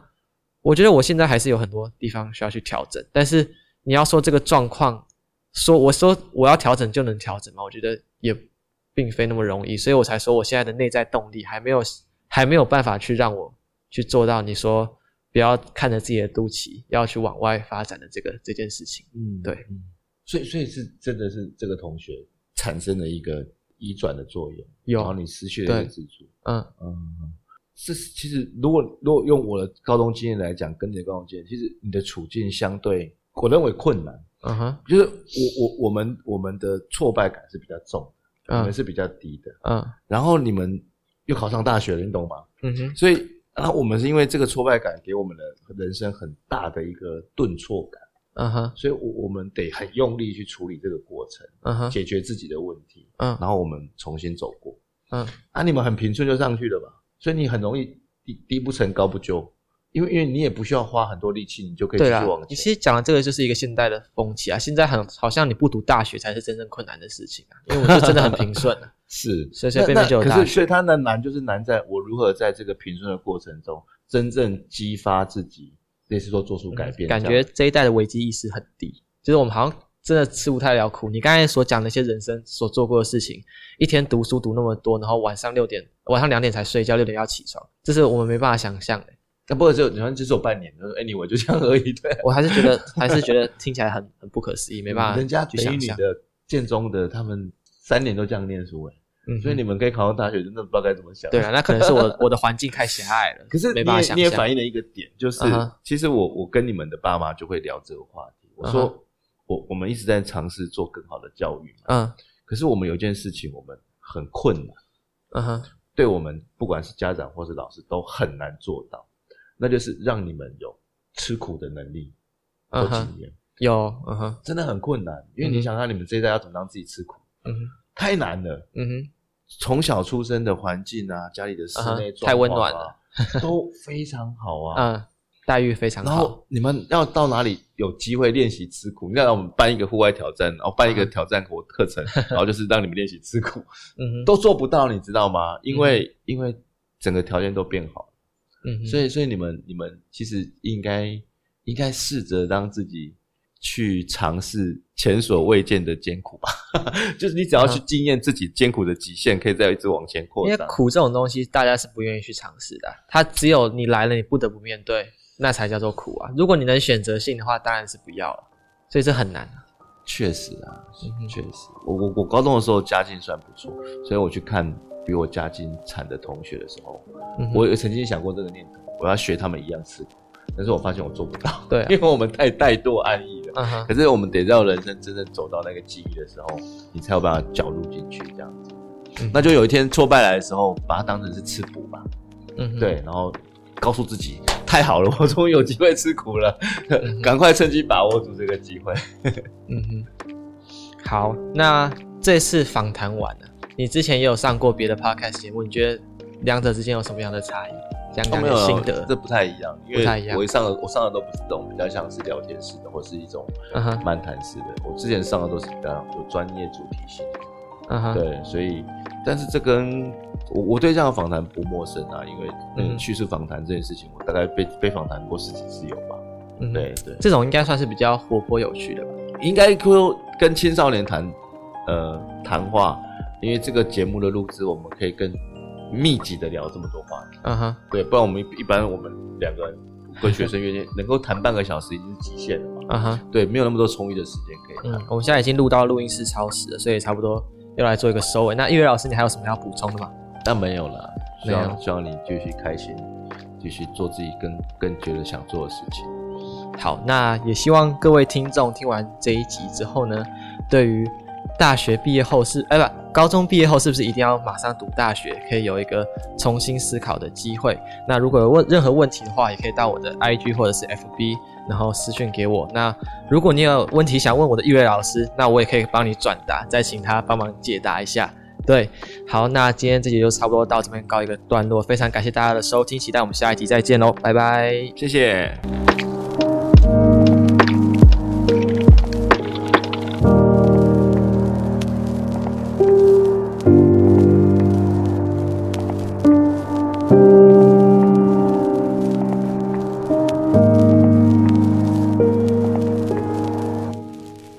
Speaker 2: 我觉得我现在还是有很多地方需要去调整，但是你要说这个状况，说我说我要调整就能调整吗？我觉得也并非那么容易，所以我才说我现在的内在动力还没有还没有办法去让我去做到你说不要看着自己的肚脐，要去往外发展的这个这件事情。
Speaker 1: 嗯
Speaker 2: 对，
Speaker 1: 嗯所以所以是真的是这个同学产生了一个移转的作用，
Speaker 2: 有
Speaker 1: 然后你失去了一
Speaker 2: 对
Speaker 1: 个支柱，
Speaker 2: 嗯
Speaker 1: 嗯，是其实如果如果用我的高中经验来讲，跟你的高中经验，其实你的处境相对，我认为困难，
Speaker 2: 嗯哼
Speaker 1: 就是我我我们我们的挫败感是比较重的，你们
Speaker 2: 嗯
Speaker 1: 是比较低的，
Speaker 2: 嗯
Speaker 1: 然后你们又考上大学了，你懂吗？
Speaker 2: 嗯哼
Speaker 1: 所以。然后我们是因为这个挫败感给我们的人生很大的一个顿挫感，
Speaker 2: 嗯哼
Speaker 1: 所以我我们得很用力去处理这个过程，
Speaker 2: 嗯哼
Speaker 1: 解决自己的问题，
Speaker 2: 嗯
Speaker 1: 然后我们重新走过。
Speaker 2: 嗯
Speaker 1: 啊，你们很平顺就上去了吧？所以你很容易低低不成高不就，因为因为你也不需要花很多力气，你就可以继
Speaker 2: 对
Speaker 1: 续
Speaker 2: 啦
Speaker 1: 往，
Speaker 2: 你
Speaker 1: 前。
Speaker 2: 其实讲的这个就是一个现代的风气啊。现在很好像你不读大学才是真正困难的事情啊，因为我们就真的很平顺、啊。
Speaker 1: 是
Speaker 2: 随随便便就有
Speaker 1: 那那可
Speaker 2: 大学
Speaker 1: 是，所以它的难就是难在我如何在这个平顺的过程中，真正激发自己，类似说做出 改变这样。
Speaker 2: 嗯感觉这一代的危机意识很低，就是我们好像真的吃不太了苦。你刚才所讲的一些人生所做过的事情，一天读书读那么多，然后晚上六点、晚上两点才睡觉，六点要起床，这是我们没办法想象的。
Speaker 1: 那不过只有好像只有半年，就是 anyway 就这样而已。对，
Speaker 2: 我还是觉 得，还是觉得听起来很很不可思议，没办法
Speaker 1: 人家
Speaker 2: 去
Speaker 1: 北一
Speaker 2: 想
Speaker 1: 女
Speaker 2: 象。
Speaker 1: 的、建中的，他们三年都这样念书哎、
Speaker 2: 嗯哼
Speaker 1: 所以你们可以考上大学，真的不知道该怎么想。
Speaker 2: 对啊，那可 能是我我的环境太狭隘了，
Speaker 1: 可是你
Speaker 2: 没办法
Speaker 1: 也
Speaker 2: 想
Speaker 1: 你也
Speaker 2: 象。
Speaker 1: 反映了一个点，就是、
Speaker 2: 嗯哼
Speaker 1: 其实我我跟你们的爸妈就会聊这个话题。我说、
Speaker 2: 嗯
Speaker 1: 我我们一直在尝试做更好的教育嘛，
Speaker 2: 嗯
Speaker 1: 可是我们有一件事情我们很困难，
Speaker 2: 嗯哼
Speaker 1: 对我们不管是家长或是老师都很难做到，那就是让你们有吃苦的能力和
Speaker 2: 嗯
Speaker 1: 经
Speaker 2: 哼，
Speaker 1: 验，
Speaker 2: 有嗯哼
Speaker 1: 真的很困难。因为
Speaker 2: 嗯
Speaker 1: 你
Speaker 2: 哼
Speaker 1: 想看你们这一代要怎么让自己吃苦，
Speaker 2: 嗯哼
Speaker 1: 太难了。
Speaker 2: 嗯哼
Speaker 1: 从小出生的环境啊，家里的室内
Speaker 2: 嗯哼
Speaker 1: 状况啊
Speaker 2: 太温暖了，
Speaker 1: 都非常好啊。
Speaker 2: 嗯，待遇非常
Speaker 1: 然
Speaker 2: 好。
Speaker 1: 后你们要到哪里有机会练习吃苦？你看，我们办一个户外挑战，然后办一
Speaker 2: 嗯
Speaker 1: 个挑战活课 程，然后就是让你们练习吃苦，
Speaker 2: 嗯哼
Speaker 1: 都做不到，你知道吗？因为、因为整个条件都变好，
Speaker 2: 嗯哼，
Speaker 1: 所以所以你们你们其实应该应该试着让自己去尝试前所未见的艰苦吧， 就是你只要去经验自己艰苦的极限，可以再一直往前扩
Speaker 2: 嗯因为
Speaker 1: 张。
Speaker 2: 苦这种东西，大家是不愿意去尝试的啊。它只有你来了，你不得不面对，那才叫做苦啊。如果你能选择性的话，当然是不要了。所以这很难啊。
Speaker 1: 确实啊
Speaker 2: 嗯，哼
Speaker 1: 确实，我我我高中的时候家境算不错，所以我去看比我家境惨的同学的时候，
Speaker 2: 嗯哼
Speaker 1: 我也曾经想过这个念头，我要学他们一样吃苦，但是我发现我做不到，
Speaker 2: 对啊
Speaker 1: 因为我们太怠惰安逸了。
Speaker 2: 嗯哼
Speaker 1: 可是我们得让人生真正走到那个记忆的时候，你才有办法搅入进去这样子
Speaker 2: 嗯。
Speaker 1: 那就有一天挫败来的时候，把它当成是吃补吧，
Speaker 2: 嗯哼，
Speaker 1: 对，然后告诉自己太好了，我终于有机会吃苦了， 赶快趁机把握住这个机会。
Speaker 2: 嗯哼。好，那这次访谈完了，你之前也有上过别的 podcast 节目，你觉得两者之间有什么样的差异？讲
Speaker 1: 都
Speaker 2: 讲
Speaker 1: 哦没
Speaker 2: 你
Speaker 1: 有
Speaker 2: 的心得。
Speaker 1: 这不太一样，因
Speaker 2: 不太一
Speaker 1: 为
Speaker 2: 样
Speaker 1: 我一上的我上的都不是这种比较像是聊天式的，或是一种
Speaker 2: 嗯哼，
Speaker 1: 漫谈式的。我之前上的都是比较有专业主题性的，
Speaker 2: 嗯哼，
Speaker 1: 对，所以但是这跟我我对这样的访谈不陌生啊，因为那
Speaker 2: 嗯
Speaker 1: 个叙事访谈这件事情，我大概被被访谈过十几次有吧。
Speaker 2: 嗯哼
Speaker 1: 对对，
Speaker 2: 这种应该算是比较活泼有趣的吧。
Speaker 1: 应该说跟青少年谈呃谈话，因为这个节目的录制，我们可以更密集的聊这么多话题。
Speaker 2: 嗯哼，
Speaker 1: 对，不然我们一一般我们两个人跟学生约见，能够谈半个小时已经是极限了嘛。
Speaker 2: 嗯哼。
Speaker 1: 对，没有那么多充裕的时间可以
Speaker 2: 嗯
Speaker 1: 谈。，
Speaker 2: 我们现在已经录到录音室超时了，所以差不多要来做一个收尾。那一伟老师，你还有什么要补充的吗？
Speaker 1: 但没有啦，希
Speaker 2: 没
Speaker 1: 望
Speaker 2: 有
Speaker 1: 希望你继续开心，继续做自己更更觉得想做的事情。
Speaker 2: 好，那也希望各位听众听完这一集之后呢，对于大学毕业后是哎不，高中毕业后是不是一定要马上读大学，可以有一个重新思考的机会。那如果有问任何问题的话，也可以到我的 IG 或者是 FB，然后私讯给我。那如果你有问题想问我的育伟老师，那我也可以帮你转达，再请他帮忙解答一下。对，好，那今天这集就差不多到这边告一个段落，非常感谢大家的收听，期待我们下一集再见喽，拜拜。
Speaker 1: 谢谢。